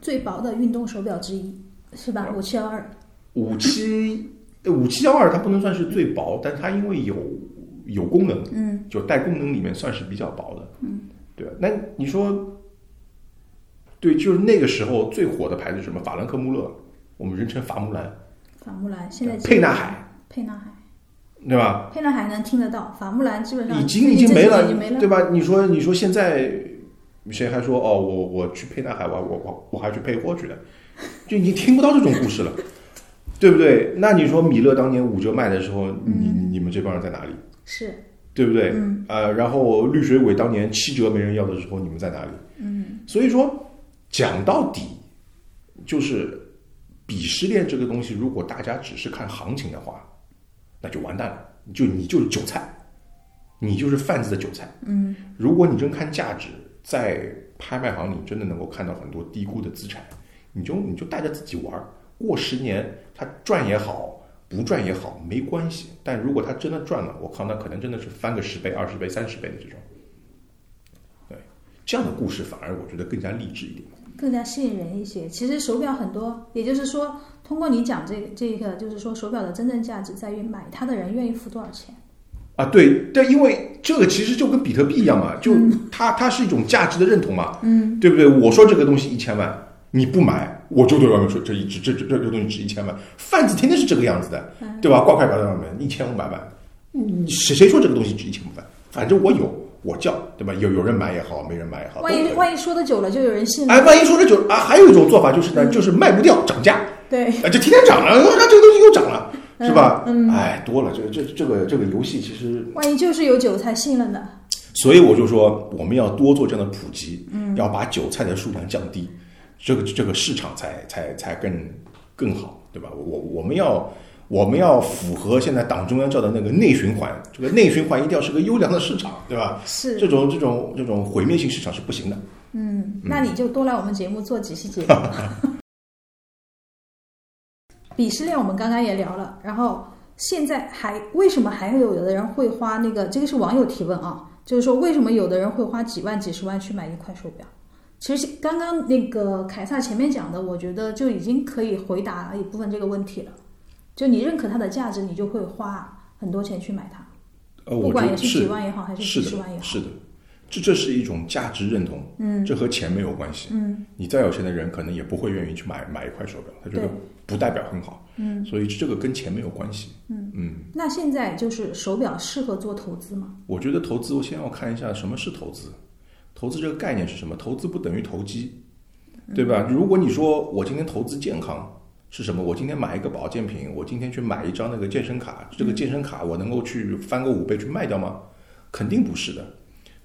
B: 最薄的运动手表之一，是吧？五七幺二，
A: 五七呃五七幺二它不能算是最薄，但是它因为有有功能，
B: 嗯，
A: 就带功能里面算是比较薄的，嗯，对吧。那你说，对，就是那个时候最火的牌子是什么？法兰克穆勒，我们人称法穆兰，
B: 法穆兰现在
A: 佩纳，海，
B: 佩纳海，
A: 对吧？
B: 佩纳海能听得到，法穆兰基本上
A: 已经
B: 已
A: 已经没了，
B: 已经没了。
A: 对吧？你说你说现在谁还说哦，我我去沛纳海玩，我我我还去配货去了，就你听不到这种故事了，对不对？那你说米勒当年五折卖的时候，你
B: 嗯
A: 你们这帮人在哪里？
B: 是，
A: 对不对？
B: 嗯
A: 呃，然后绿水鬼当年七折没人要的时候，你们在哪里？
B: 嗯，
A: 所以说，讲到底，就是鄙视链这个东西，如果大家只是看行情的话，那就完蛋了，就你就是韭菜，你就是贩子的韭菜。嗯，如果你真看价值，在拍卖行里真的能够看到很多低估的资产，你就你就带着自己玩儿，过十年他赚也好，不赚也好没关系。但如果他真的赚了，我靠，那可能真的是翻个十倍、二十倍、三十倍的这种。对，这样的故事反而我觉得更加励志一点。
B: 更加吸引人一些。其实手表很多，也就是说，通过你讲这个这个，就是说手表的真正价值在于买它的人愿意付多少钱。
A: 啊，对，但因为这个其实就跟比特币一样嘛，就
B: 嗯
A: 它它是一种价值的认同嘛，嗯，对不对？我说这个东西一千万，你不买，我就对外面说这一值这这这这东西值一千万，贩子天天是这个样子的，
B: 嗯
A: 对吧？挂牌牌在上面一千五百万，你谁谁说这个东西值一千五百万？反正我有，我叫，对吧？有有人买也好，没人买也好，
B: 万
A: 都
B: 一
A: 可以
B: 万一说嗯的久了，就有人信了。
A: 啊哎，万一说这就啊，还有一种做法就是呢，就是卖不掉涨价，
B: 对，
A: 啊，就天天涨了，那这个东西又涨了，
B: 嗯
A: 是吧？哎，多了，这这这个这个游戏其实
B: 万一就是有韭菜信了呢？
A: 所以我就说，我们要多做这样的普及，嗯，要把韭菜的数量降低，这个这个市场才才才更更好，对吧？我我们要我们要符合现在党中央叫的那个内循环，这个内循环一定要是个优良的市场，对吧？
B: 是
A: 这种这种这种毁灭性市场是不行的。
B: 嗯，那你就多来我们节目做几期节目。 鄙视链我们刚刚也聊了，然后现在还为什么还有的人会花那个？这个是网友提问啊，就是说为什么有的人会花几万、几十万去买一块手表？其实刚刚那个凯撒前面讲的，我觉得就已经可以回答一部分这个问题了。就你认可它的价值，你就会花很多钱去买它，
A: 呃，
B: 不
A: 我觉
B: 管
A: 得
B: 也
A: 是
B: 是几万也好，还
A: 是
B: 几
A: 的
B: 十万也，好，
A: 是的，这这是一种价值认同，嗯，这和钱没有关系，嗯，你再有钱的人可能也不会愿意去买买一块手表，他觉得
B: 对
A: 不代表很好，嗯，所以这个跟钱没有关系，嗯
B: 那现在就是手表适合做投资吗？
A: 我觉得投资，我先要看一下什么是投资，投资这个概念是什么？投资不等于投机，对吧？如果你说我今天投资健康是什么？我今天买一个保健品，我今天去买一张那个健身卡，这个健身卡我能够去翻个五倍去卖掉吗？肯定不是的，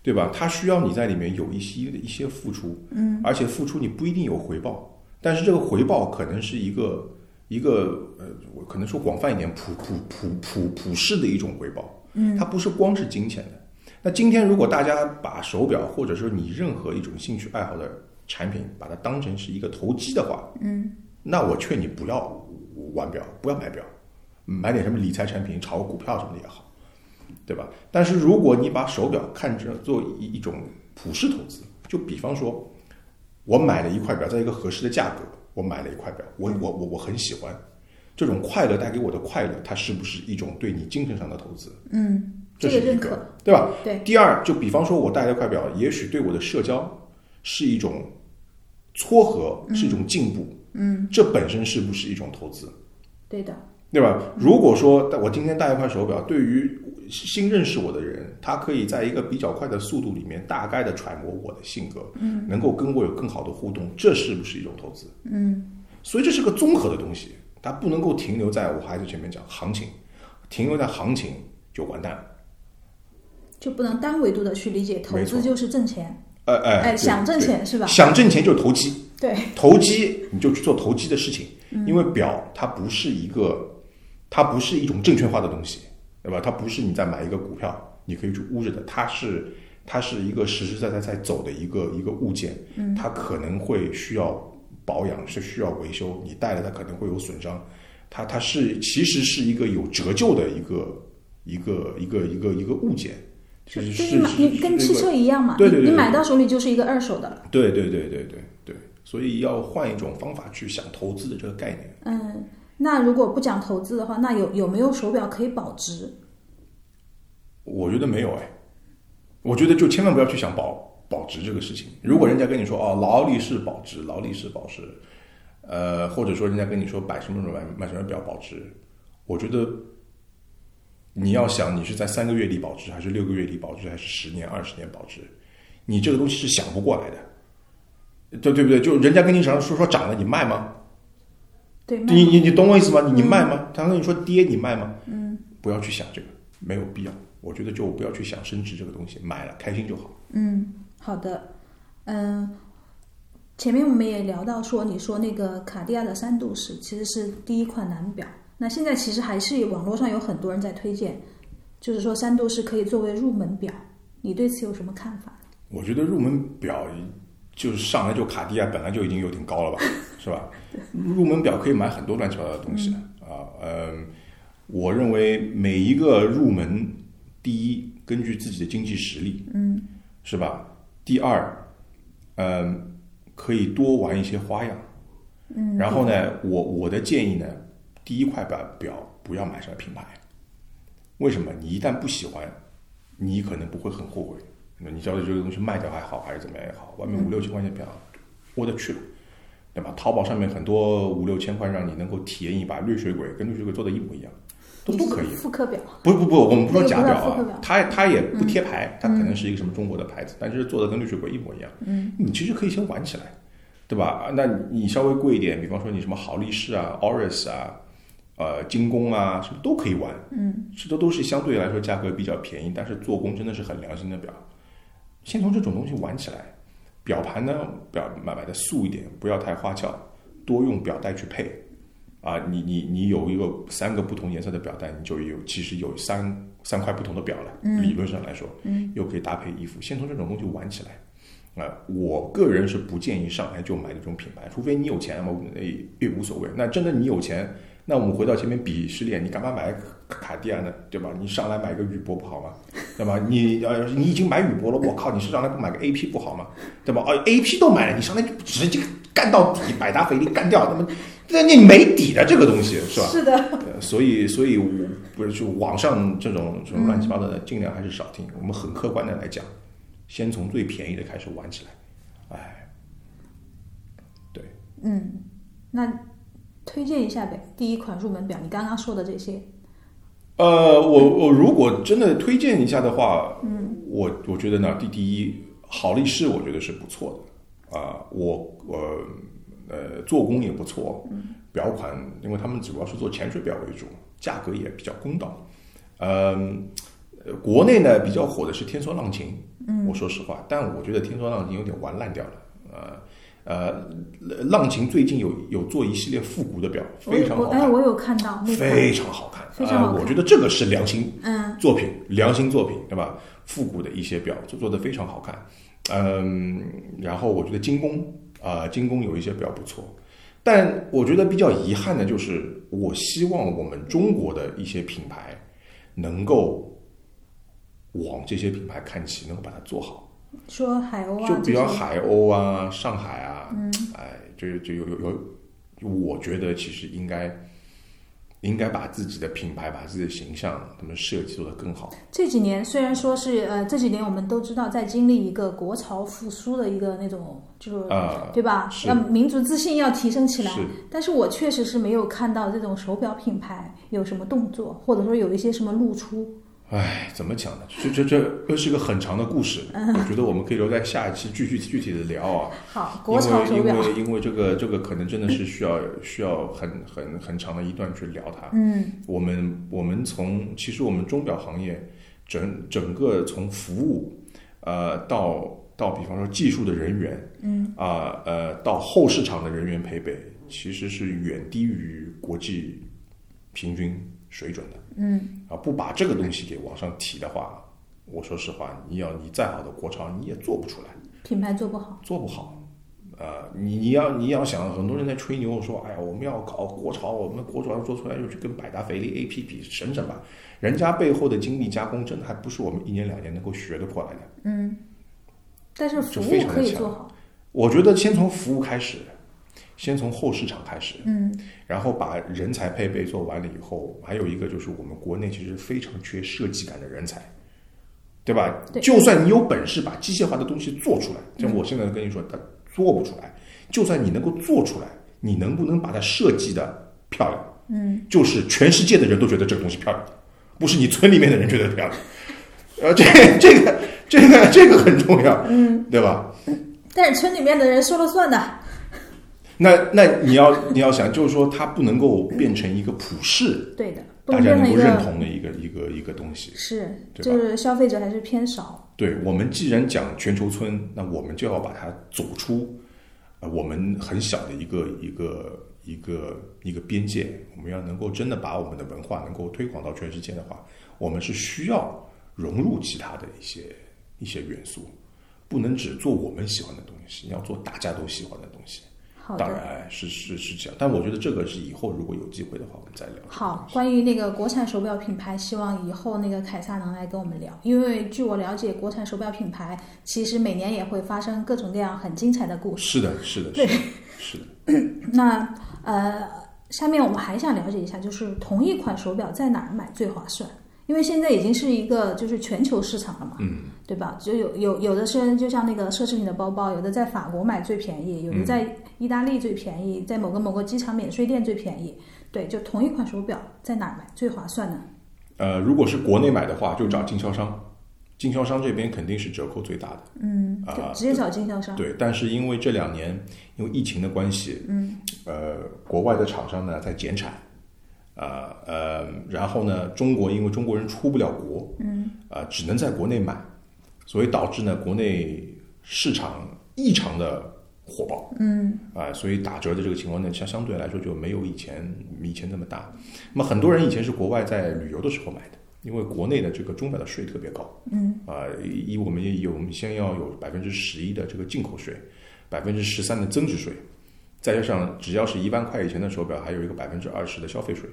A: 对吧？它需要你在里面有一些一些付出，嗯，而且付出你不一定有回报，但是这个回报可能是一个一个呃，我可能说广泛一点，普普普普普世的一种回报，嗯，它不是光是金钱的。那今天如果大家把手表或者说你任何一种兴趣爱好的产品，把它当成是一个投机的话，嗯，那我劝你不要玩表，不要买表，买点什么理财产品，炒个股票什么的也好，对吧？但是如果你把手表看成做一一种普世投资，就比方说，我买了一块表，在一个合适的价格，我买了一块表，我我我我很喜欢。这种快乐带给我的快乐，它是不是一种对你精神上的投资？
B: 嗯，
A: 这
B: 个
A: 是一
B: 认
A: 个
B: 可，，
A: 对吧？
B: 对，
A: 第二，就比方说我戴了块表，也许对我的社交是一种撮合，是一种进步。嗯，这本身是不是一种投资，
B: 对的，
A: 对吧？如果说我今天戴一块手表，对于新认识我的人，他可以在一个比较快的速度里面，大概的揣摩我的性格，嗯，能够跟我有更好的互动，这是不是一种投资？嗯，所以这是个综合的东西，它不能够停留在我还是前面讲行情，停留在行情就完蛋了。
B: 就不能单维度的去理解投
A: 没
B: 资
A: 错
B: 就是挣钱，
A: 哎哎，
B: 哎，
A: 对
B: 想挣
A: 对
B: 钱是吧？
A: 想挣钱就投机，
B: 对，
A: 投机你就去做投机的事情，
B: 嗯
A: 因为表它不是一个，它不是一种证券化的东西，对吧？它不是你在买一个股票，你可以去捂着的，它是它是一个实实在在在走的一个一个物件，
B: 嗯
A: 它可能会需要保养，是需要维修，你戴了它可能会有损伤，它它是其实是一个有折旧的一个一个一个一个一个物件，
B: 就
A: 就是
B: 你
A: 是
B: 买你跟
A: 是
B: 汽车一样嘛，
A: 对对对
B: 你
A: 对
B: 你买到手里就是一个二手的了。
A: 对对对对对对，所以要换一种方法去想投资的这个概念。
B: 嗯，那如果不讲投资的话，那有有没有手表可以保值？
A: 我觉得没有哎，我觉得就千万不要去想保保值这个事情。如果人家跟你说哦，劳力士保值，劳力士保值，呃，或者说人家跟你说买什么什么买买什么表保值，我觉得你要想你是在三个月里保值，还是六个月里保值，还是十年、二十年保值，你这个东西是想不过来的，对对不对？就人家跟你讲说说涨了，你卖吗？
B: 对，卖
A: 你你你懂我意思吗？你你卖吗？他跟你说跌，你卖吗？嗯，不要去想这个，没有必要。我觉得就不要去想升值这个东西，买了开心就好。
B: 嗯，好的，嗯，前面我们也聊到说，你说那个卡地亚的三度式其实是第一款男表，那现在其实还是网络上有很多人在推荐，就是说三度式可以作为入门表，你对此有什么看法？
A: 我觉得入门表就是上来就卡地亚，本来就已经有点高了吧，是吧？入门表可以买很多乱七八糟的东西的啊。嗯，我认为每一个入门，第一，根据自己的经济实力，嗯，是吧？第二，嗯，可以多玩一些花样。嗯，然后呢，我我的建议呢，第一块表表不要买什么品牌，为什么？你一旦不喜欢，你可能不会很后悔。那你交的这个东西卖掉还好，还是怎么样也好，外面五六千块钱票，豁得去了，对吧？淘宝上面很多五六千块，让你能够体验一把绿水鬼，跟绿水鬼做的一模一样，都
B: 你
A: 都
B: 是
A: 可以。
B: 复刻表，
A: 不不不，我们不说假表
B: 那个不是复刻表
A: 啊，它它也不贴牌，它可能是一个什么中国的牌子，但是做的跟绿水鬼一模一样。嗯，你其实可以先玩起来，对吧？那你稍微贵一点，比方说你什么好力士啊、Oris 啊、呃精工啊，什么都可以玩。嗯，这都都是相对来说价格比较便宜，但是做工真的是很良心的表。先从这种东西玩起来，表盘呢表买买的素一点，不要太花俏，多用表带去配。啊，你你你有一个三个不同颜色的表带，你就有其实有三三块不同的表了。理论上来说，嗯，又可以搭配衣服，先从这种东西玩起来。啊、我个人是不建议上来就买这种品牌，除非你有钱嘛，也也无所谓。那真的你有钱，那我们回到前面鄙视链，你干嘛买卡卡地亚呢？对吧？你上来买个宇舶不好吗？对吧？你呃，你已经买宇舶了，我靠，你是上来不买个 AP 不好吗？对吧？啊、a p 都买了，你上来就直接干到底，百达翡丽干掉，那么那你没底的这个东西是吧？
B: 是的，
A: 呃所以，所以我不是就网上这种这种乱七八糟的，尽量还是少听。我们很客观的来讲，先从最便宜的开始玩起来。哎，对，
B: 嗯，那推荐一下呗，第一款入门表，你刚刚说的这些，
A: 呃，我我如果真的推荐一下的话，嗯，我我觉得呢，第第一，好力士我觉得是不错的啊、我我呃做工也不错，表款，因为他们主要是做潜水表为主，价格也比较公道。嗯、呃，国内呢比较火的是天梭浪琴，嗯，我说实话，但我觉得天梭浪琴有点玩烂掉了，呃呃，浪琴最近有有做一系列复古的表，
B: 我有
A: 非常
B: 我
A: 好
B: 哎，
A: 看，
B: 我有看到那
A: 非
B: 款，
A: 常好看，
B: 非常好
A: 呃
B: 看
A: 我觉得这个是良心
B: 嗯，
A: 作品，良心作品，对吧？复古的一些表就做的非常好看，嗯，然后我觉得精工啊、精工有一些表不错，但我觉得比较遗憾的就是，我希望我们中国的一些品牌能够往这些品牌看齐，能够把它做好。
B: 说海鸥啊，嗯
A: 就比
B: 这
A: 方
B: 些
A: 海鸥啊、上海啊，哎，就就有有有，就我觉得其实应该应该把自己的品牌、把自己的形象、他们设计做得更好。
B: 这几年虽然说是呃，这几年我们都知道在经历一个国潮复苏的一个那种，就是、
A: 啊
B: 对吧？
A: 是
B: 要民族自信要提升起来
A: 是。
B: 但是我确实是没有看到这种手表品牌有什么动作，或者说有一些什么露出。
A: 哎，怎么讲呢？这这这这是个很长的故事，
B: 嗯
A: 我觉得我们可以留在下一期继续具体的聊啊。
B: 好，
A: 因
B: 国潮
A: 为
B: 手
A: 因
B: 表，
A: 为因为这个这个可能真的是需要需要很很很长的一段去聊它。
B: 嗯
A: 我们我们从其实我们钟表行业整整个从服务，呃，到到比方说技术的人员，嗯，啊呃到后市场的人员配备，其实是远低于国际平均水准的。嗯，啊，不把这个东西给往上提的话，我说实话，你要你再好的国潮，你也做不出来。
B: 品牌做不好，
A: 做不好。呃，你你要你要想，很多人在吹牛说，哎呀，我们要搞国潮，我们国潮要做出来就去跟百达翡丽 AP 比，省省吧。人家背后的精密加工，真的还不是我们一年两年能够学得过来的。
B: 但是服
A: 就非
B: 务
A: 常地
B: 可以
A: 强
B: 做好。
A: 我觉得先从服务开始，先从后市场开始，
B: 嗯，
A: 然后把人才配备做完了以后，还有一个就是我们国内其实非常缺设计感的人才，对吧？
B: 对
A: 就算你有本事把机械化的东西做出来，像我现在跟你说，它做不出来。就算你能够做出来，你能不能把它设计的漂亮？嗯，就是全世界的人都觉得这个东西漂亮，不是你村里面的人觉得漂亮。呃，这这个这个这个很重要，嗯，对吧？
B: 但是村里面的人说了算的，
A: 那那你要你要想，就是说它不能够变成一个普世，
B: 对的，不
A: 大
B: 能
A: 家
B: 变
A: 能
B: 成一
A: 够认
B: 个
A: 同的一个一个一个东西。
B: 是，
A: 对吧
B: 就是消费者还是偏少。
A: 对我们既然讲全球村，那我们就要把它走出呃我们很小的一个一个一个一个边界。我们要能够真的把我们的文化能够推广到全世界的话，我们是需要融入其他的一些一些元素，不能只做我们喜欢的东西，要做大家都喜欢的东西。
B: 好
A: 当
B: 的，
A: 然是是是这样，但我觉得这个是以后如果有机会的话，我们再聊。
B: 好。关于那个国产手表品牌，希望以后那个凯撒能来跟我们聊，因为据我了解，国产手表品牌其实每年也会发生各种各样很精彩的故事。
A: 是的，是的，是的，是的。
B: 那呃，下面我们还想了解一下，就是同一款手表在哪儿买最划算？因为现在已经是一个就是全球市场了嘛，嗯，对吧？就有有有的是就像那个奢侈品的包包，有的在法国买最便宜，有的在意大利最便宜，在某个某个机场免税店最便宜。对，就同一款手表在哪儿买最划算呢？
A: 呃，如果是国内买的话，就找经销商，经销商这边肯定是折扣最大的。
B: 嗯，
A: 啊
B: 就直接找经销商。
A: 对，但是因为这两年因为疫情的关系，嗯，呃，国外的厂商呢在减产，呃呃，然后呢，中国因为中国人出不了国，嗯，呃，只能在国内买，所以导致呢国内市场异常的火爆，嗯，啊、所以打折的这个情况呢，相相对来说就没有以前以前那么大。那么很多人以前是国外在旅游的时候买的。因为国内的这个钟表的税特别高，啊、以以我们也有我们先要有百分之十一的这个进口税，百分之十三的增值税，再加上只要是一万块以前的手表，还有一个百分之二十的消费税，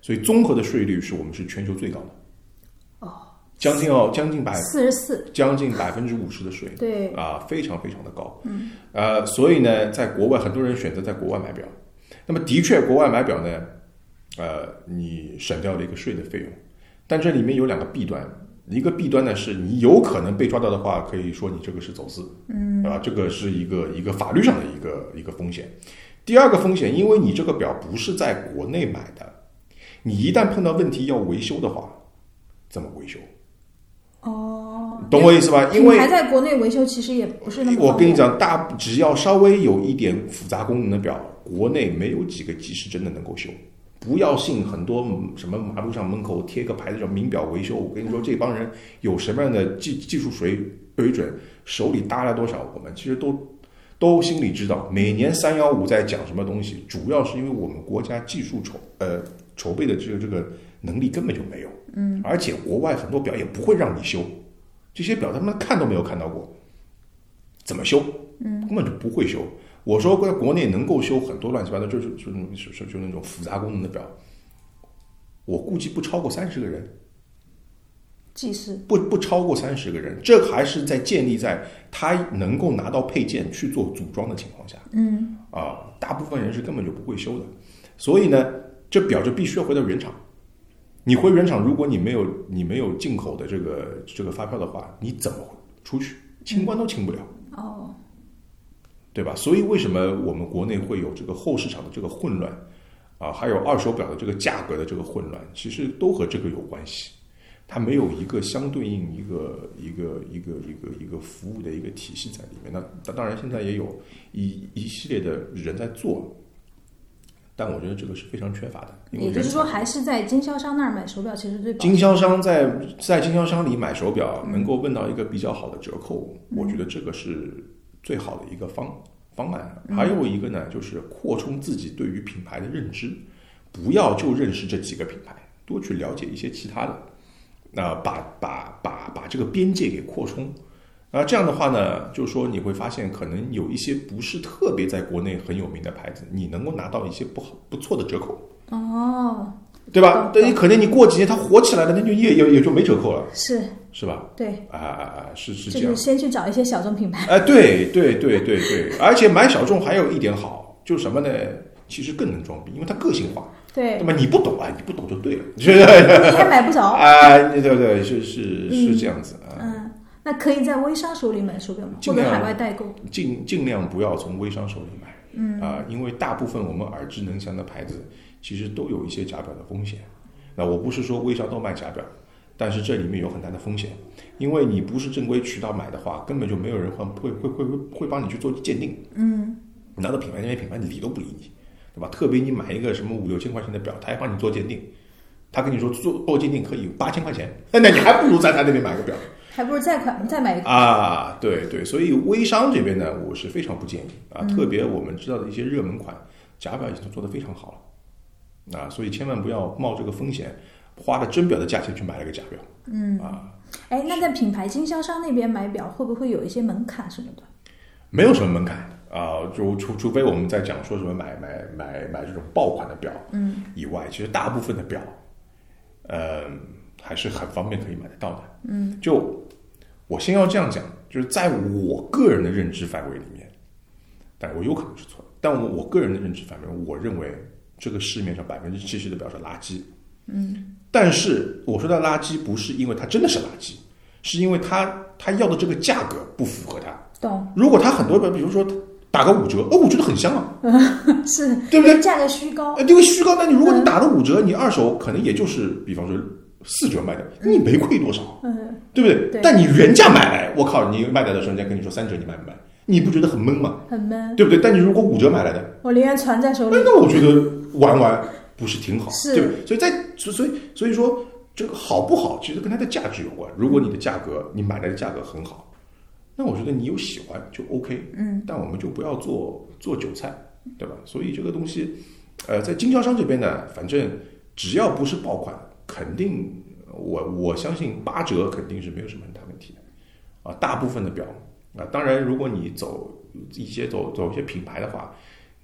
A: 所以综合的税率是我们是全球最高的。哦，将近要将近百
B: 四十四，
A: 将近百分之五十的税，
B: 对，
A: 啊，非常非常的高。嗯，呃，所以呢，在国外很多人选择在国外买表。那么的确，国外买表呢，呃，你省掉了一个税的费用，但这里面有两个弊端。一个弊端呢，是你有可能被抓到的话，可以说你这个是走私，嗯，啊，这个是一个一个法律上的一个一个风险。第二个风险，因为你这个表不是在国内买的，你一旦碰到问题要维修的话，怎么维修？
B: 哦，
A: 懂我意思吧？因
B: 品
A: 为
B: 牌在国内维修其实也不是那么。
A: 我跟你，讲，大只要稍微有一点复杂功能的表，国内没有几个技师真的能够修。不要信很多嗯什么马路上门口贴个牌子叫“名表维修”，我跟你说，这帮人有什么样的技技术水水准，手里搭了多少，我们其实都都心里知道。每年三幺五在讲什么东西，主要是因为我们国家技术筹呃筹备的这个这个能力根本就没有，嗯，而且国外很多表也不会让你修，这些表他们看都没有看到过。怎么修，嗯，根本就不会修。我说在国内能够修很多乱七八糟，就是就是就是就那种复杂功能的表，我估计不超过三十个人，
B: 技师
A: 不不超过三十个人，这还是在建立在他能够拿到配件去做组装的情况下。嗯，啊，大部分人是根本就不会修的，所以呢，这表就必须要回到原厂。你回原厂，如果你没有你没有进口的这个这个发票的话，你怎么出去？清关都清不了。
B: 哦，
A: 对吧？所以为什么我们国内会有这个后市场的这个混乱啊，还有二手表的这个价格的这个混乱，其实都和这个有关系。它没有一个相对应一个一个一个一个一个服务的一个体系在里面。那那当然，现在也有一一系列的人在做，但我觉得这个是非常缺乏的，因为
B: 也就
A: 人
B: 是说，还是在经销商那儿买手表其实最保嗯
A: 经
B: 值。
A: 销商在在经销商里买手表，能够问到一个比较好的折扣，
B: 嗯
A: 我觉得这个是最好的一个方方案。
B: 嗯
A: 还有一个呢，就是扩充自己对于品牌的认知，不要就认识这几个品牌，多去了解一些其他的，那、把把把把这个边界给扩充。啊，这样的话呢，就是说你会发现，可能有一些不是特别在国内很有名的牌子，你能够拿到一些不好不错的折扣。
B: 哦，
A: 对吧？
B: 懂
A: 但你可能你过几年它火起来了，那就也也也就没折扣了，
B: 是
A: 是吧？
B: 对，
A: 啊啊啊！是是
B: 就
A: 这样
B: 是。先去找一些小众 品牌。
A: 哎，对对对对对，而且买小众还有一点好，就是什么呢？其实更能装逼，因为它个性化。
B: 对
A: 那，么你不懂啊，你不懂就对了，是不 是？
B: 你还买不着。
A: 啊，对对对，是是是这样子啊。
B: 嗯，那可以在微商手里买手表吗？
A: 尽
B: 或者
A: 量
B: 海外代购？
A: 尽尽量不要从微商手里买，嗯啊、因为大部分我们耳知能详的牌子，其实都有一些假表的风险。那我不是说微商都卖假表，但是这里面有很大的风险，因为你不是正规渠道买的话，根本就没有人会会会会会会帮你去做鉴定。嗯，拿到品牌那边品牌理都不理你，对吧？特别你买一个什么五六千块钱的表，他还帮你做鉴定，他跟你说做做鉴定可以八千块钱，那你还不如在他那边买个表。
B: 还不如再款再买一个。
A: 啊，对对，所以微商这边呢，我是非常不建议啊，
B: 嗯
A: 特别我们知道的一些热门款，假表已经做得非常好了，啊，所以千万不要冒这个风险，花了真表的价钱去买了个假表，嗯啊，
B: 哎，那在品牌经销商那边买表会不会有一些门槛什么的？
A: 没有什么门槛啊，就除除非我们在讲说什么买买买买这种爆款的表，嗯，以外，其实大部分的表，呃，还是很方便可以买得到的，嗯，就我先要这样讲，就是在我个人的认知范围里面，但我有可能是错的，但我我个人的认知范围，我认为这个市面上百分之七十的表是垃圾，嗯，但是我说的垃圾不是因为它真的是垃圾，是因为它它要的这个价格不符合它。
B: 懂
A: 如果它很多表，比如说打个五折，哦，我觉得很香啊，
B: 是，
A: 对不对？
B: 价格虚高，
A: 呃，这个虚高，那你如果你打了五折，你二手可能也就是，比方说四折卖的，你没亏多少，
B: 嗯，
A: 对不对？
B: 对
A: 但你原价买来，我靠，你卖掉的时候人家跟你说三折，你买不买？你不觉得很闷吗？
B: 很闷。
A: 对不对？但你如果五折买来的，
B: 我宁愿传在手
A: 哎
B: 里。
A: 那我觉得玩玩不是挺好，
B: 是
A: 对不对？所以在所所以所以说，这个好不好，其实跟它的价值有关。如果你的价格，你买来的价格很好，那我觉得你有喜欢就 OK，
B: 嗯，
A: 但我们就不要做做韭菜，对吧？所以这个东西，呃，在经销商这边呢，反正只要不是爆款，肯定我我相信八折肯定是没有什么很大问题的，啊，大部分的表啊，当然如果你走一些走走一些品牌的话，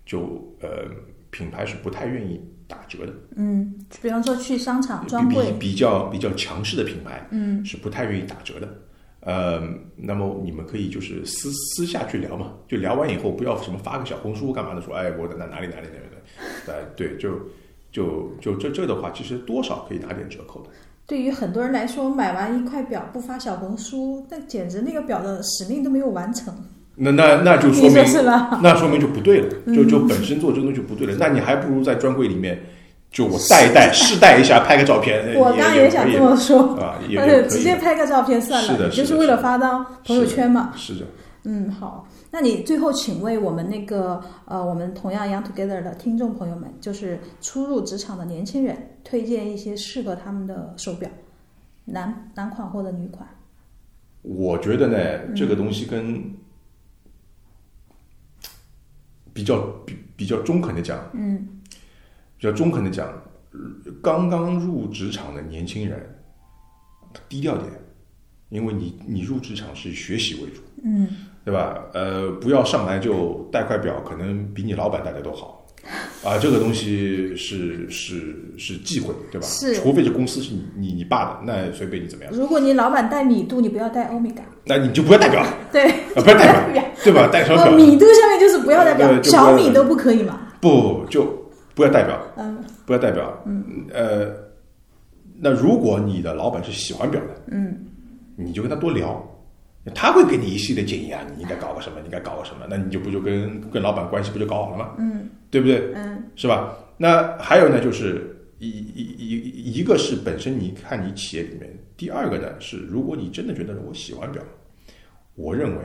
A: 就呃品牌是不太愿意打折的，
B: 嗯，比方说去商场专
A: 比
B: 柜
A: 比，比较比较强势的品牌，嗯，是不太愿意打折的。呃，那么你们可以就是私私下去聊嘛，就聊完以后不要什么发个小红书干嘛的说，哎，我在哪哪里哪里哪里 的，呃，对，就就就这这的话，其实多少可以拿点折扣的。
B: 对于很多人来说，买完一块表不发小红书，那简直那个表的使命都没有完成。
A: 那那那就说
B: 你
A: 明
B: 说是嗯 吧？
A: 那说明就不对了，就就本身做这个东西就不对了。那你还不如在专柜里面，就我戴 一戴，试戴一下，拍个照片。
B: 我刚刚也想这么说，
A: 啊，也
B: 但
A: 也可
B: 是
A: 以
B: 直接拍个照片算
A: 是
B: 了，
A: 的
B: 就是
A: 的
B: 为了发到朋友圈嘛。
A: 是的，
B: 嗯，好，那你最后请为我们那个呃，我们同样 Young Together 的听众朋友们，就是初入职场的年轻人，推荐一些适合他们的手表，男男款或者女款。
A: 呃我觉得呢，这个东西跟比较比比较中肯的讲，嗯，比较中肯的讲，呃刚刚入职场的年轻人，低调点，因为你你入职场是以学习为主，嗯，对吧？呃，不要上来就戴块表，可能比你老板戴的都 好。啊，这个东西是是是忌讳，对吧？
B: 是
A: 除非这公司是你你你爸的，那随便你怎么样，
B: 如果你老板戴米度，你不要戴欧米伽。
A: 那你就不要代表，
B: 对，
A: 啊，不要 代表，对吧？ 代表
B: 哦，米度下面就是不要代
A: 对
B: 表，
A: 就不要
B: 小
A: 代
B: 米
A: 表
B: 都不可以嘛。
A: 不就不要代表，
B: 嗯，
A: 不要代表，嗯，呃，那如果你的老板是喜欢表的，嗯，你就跟他多聊，他会给你一系列建议啊，你应该搞个什么，你应该搞个什么，那你就不就跟跟老板关系不就搞好了吗？嗯，对不对？
B: 嗯，
A: 是吧？那还有呢，就是一一一一个是本身你看你企业里面，第二个呢是如果你真的觉得我喜欢表，我认为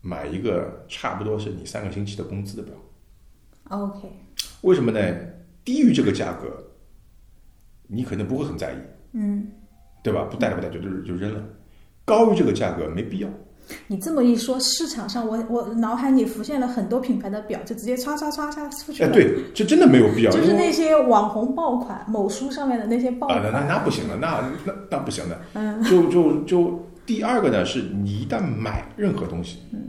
A: 买一个差不多是你三个星期的工资的表。
B: OK，
A: 为什么呢？低于这个价格，你可能不会很在意，
B: 嗯，
A: 对吧？不戴了不戴就就就扔了。高于这个价格没必要，
B: 你这么一说，市场上我我脑海里浮现了很多品牌的表，就直接刷刷刷刷出去
A: 哎，
B: 了。，
A: 对，这真的没有必要，
B: 就
A: 因
B: 是
A: 为
B: 那些网红爆款，某书上面的那些爆
A: 啊，
B: 款，
A: 那那那不行的，那那那不行的。
B: 嗯
A: 就就就第二个呢，是你一旦买任何东西，
B: 嗯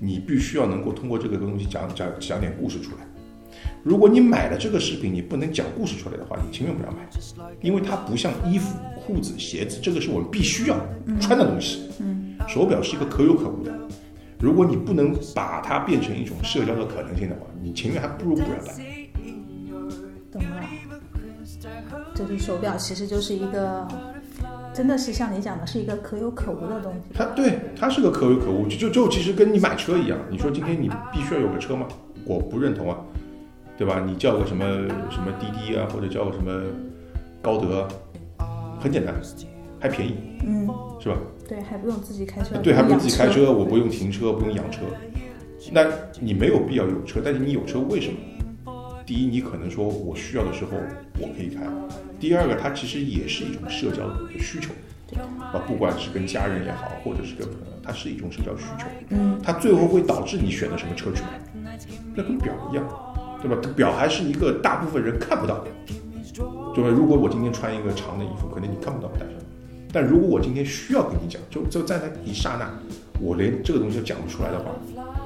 A: 你必须要能够通过这个东西讲讲讲点故事出来。如果你买了这个饰品，你不能讲故事出来的话，你千万不要买，因为它不像衣服、裤子、鞋子，这个是我们必须要穿的东西。
B: 嗯，
A: 手表是一个可有可无的，如果你不能把它变成一种社交的可能性的话，你情愿还不如不要买。
B: 懂了。就是手表，其实就是一个，真的是像你讲的，是一个可有可无的东西。
A: 它对它是个可有可无，就就就其实跟你买车一样，你说今天你必须要有个车吗？我不认同啊，对吧？你叫个什么什么滴滴啊，或者叫个什么高德啊，很简单，还便宜，
B: 嗯，
A: 是吧？
B: 对，还不用自己开车，
A: 对，还不用自己开
B: 养
A: 车，我不用停车，不用养车。那你没有必要有车，但是你有车为什么？第一，你可能说我需要的时候我可以开；第二个，它其实也是一种社交的需求
B: 对
A: 啊，不管是跟家人也好，或者是跟朋友，它是一种社交需求。
B: 嗯，
A: 它最后会导致你选择什么车去买，那跟表一样，对吧？表还是一个大部分人看不到的，对吧？如果我今天穿一个长的衣服，可能你看不到我戴上，但如果我今天需要跟你讲，就就在那一刹那，我连这个东西都讲不出来的话，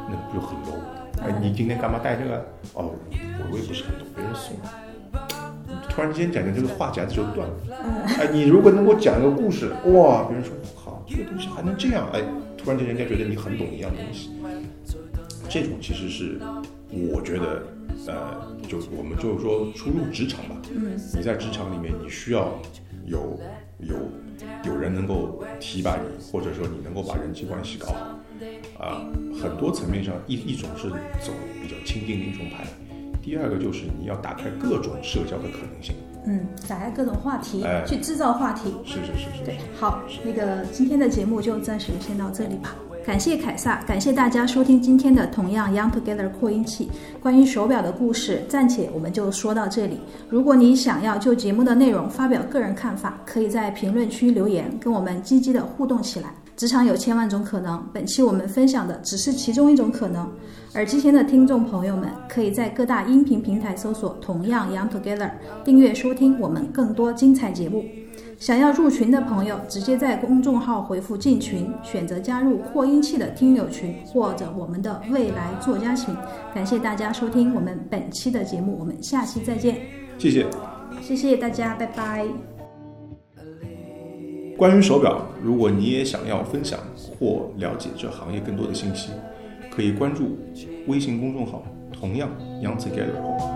A: 那不就很 low？哎，你今天干嘛戴这个？哦，我我也不是很懂，别人送的。突然之间讲的这个话匣子就断了。哎，你如果能够讲一个故事，哇，别人说好，这个东西还能这样，哎，突然间人家觉得你很懂一样东西，这种其实是我觉得，呃，就我们就是说初入职场吧，
B: 嗯，
A: 你在职场里面你需要有有有人能够提拔你，或者说你能够把人际关系搞好。啊，很多层面上，一一种是走比较亲近民众派，第二个就是你要打开各种社交的可能性。
B: 嗯，打开各种话题，
A: 哎
B: 去制造话题。
A: 是是是是
B: 对，好，那个今天的节目就暂时先到这里吧。感谢凯撒，感谢大家收听今天的《同样 Young Together》扩音器。关于手表的故事，暂且我们就说到这里。如果你想要就节目的内容发表个人看法，可以在评论区留言，跟我们积极的互动起来。职场有千万种可能，本期我们分享的只是其中一种可能。耳机前的听众朋友们，可以在各大音频平台搜索“同样 Young Together”，订阅收听我们更多精彩节目。想要入群的朋友，直接在公众号回复“进群”，选择加入扩音器的听友群或者我们的未来作家群。感谢大家收听我们本期的节目，我们下期再见，
A: 谢谢。
B: 谢谢大家，拜拜。
A: 关于手表，如果你也想要分享或了解这行业更多的信息，可以关注微信公众号“同样 Young Together” 后。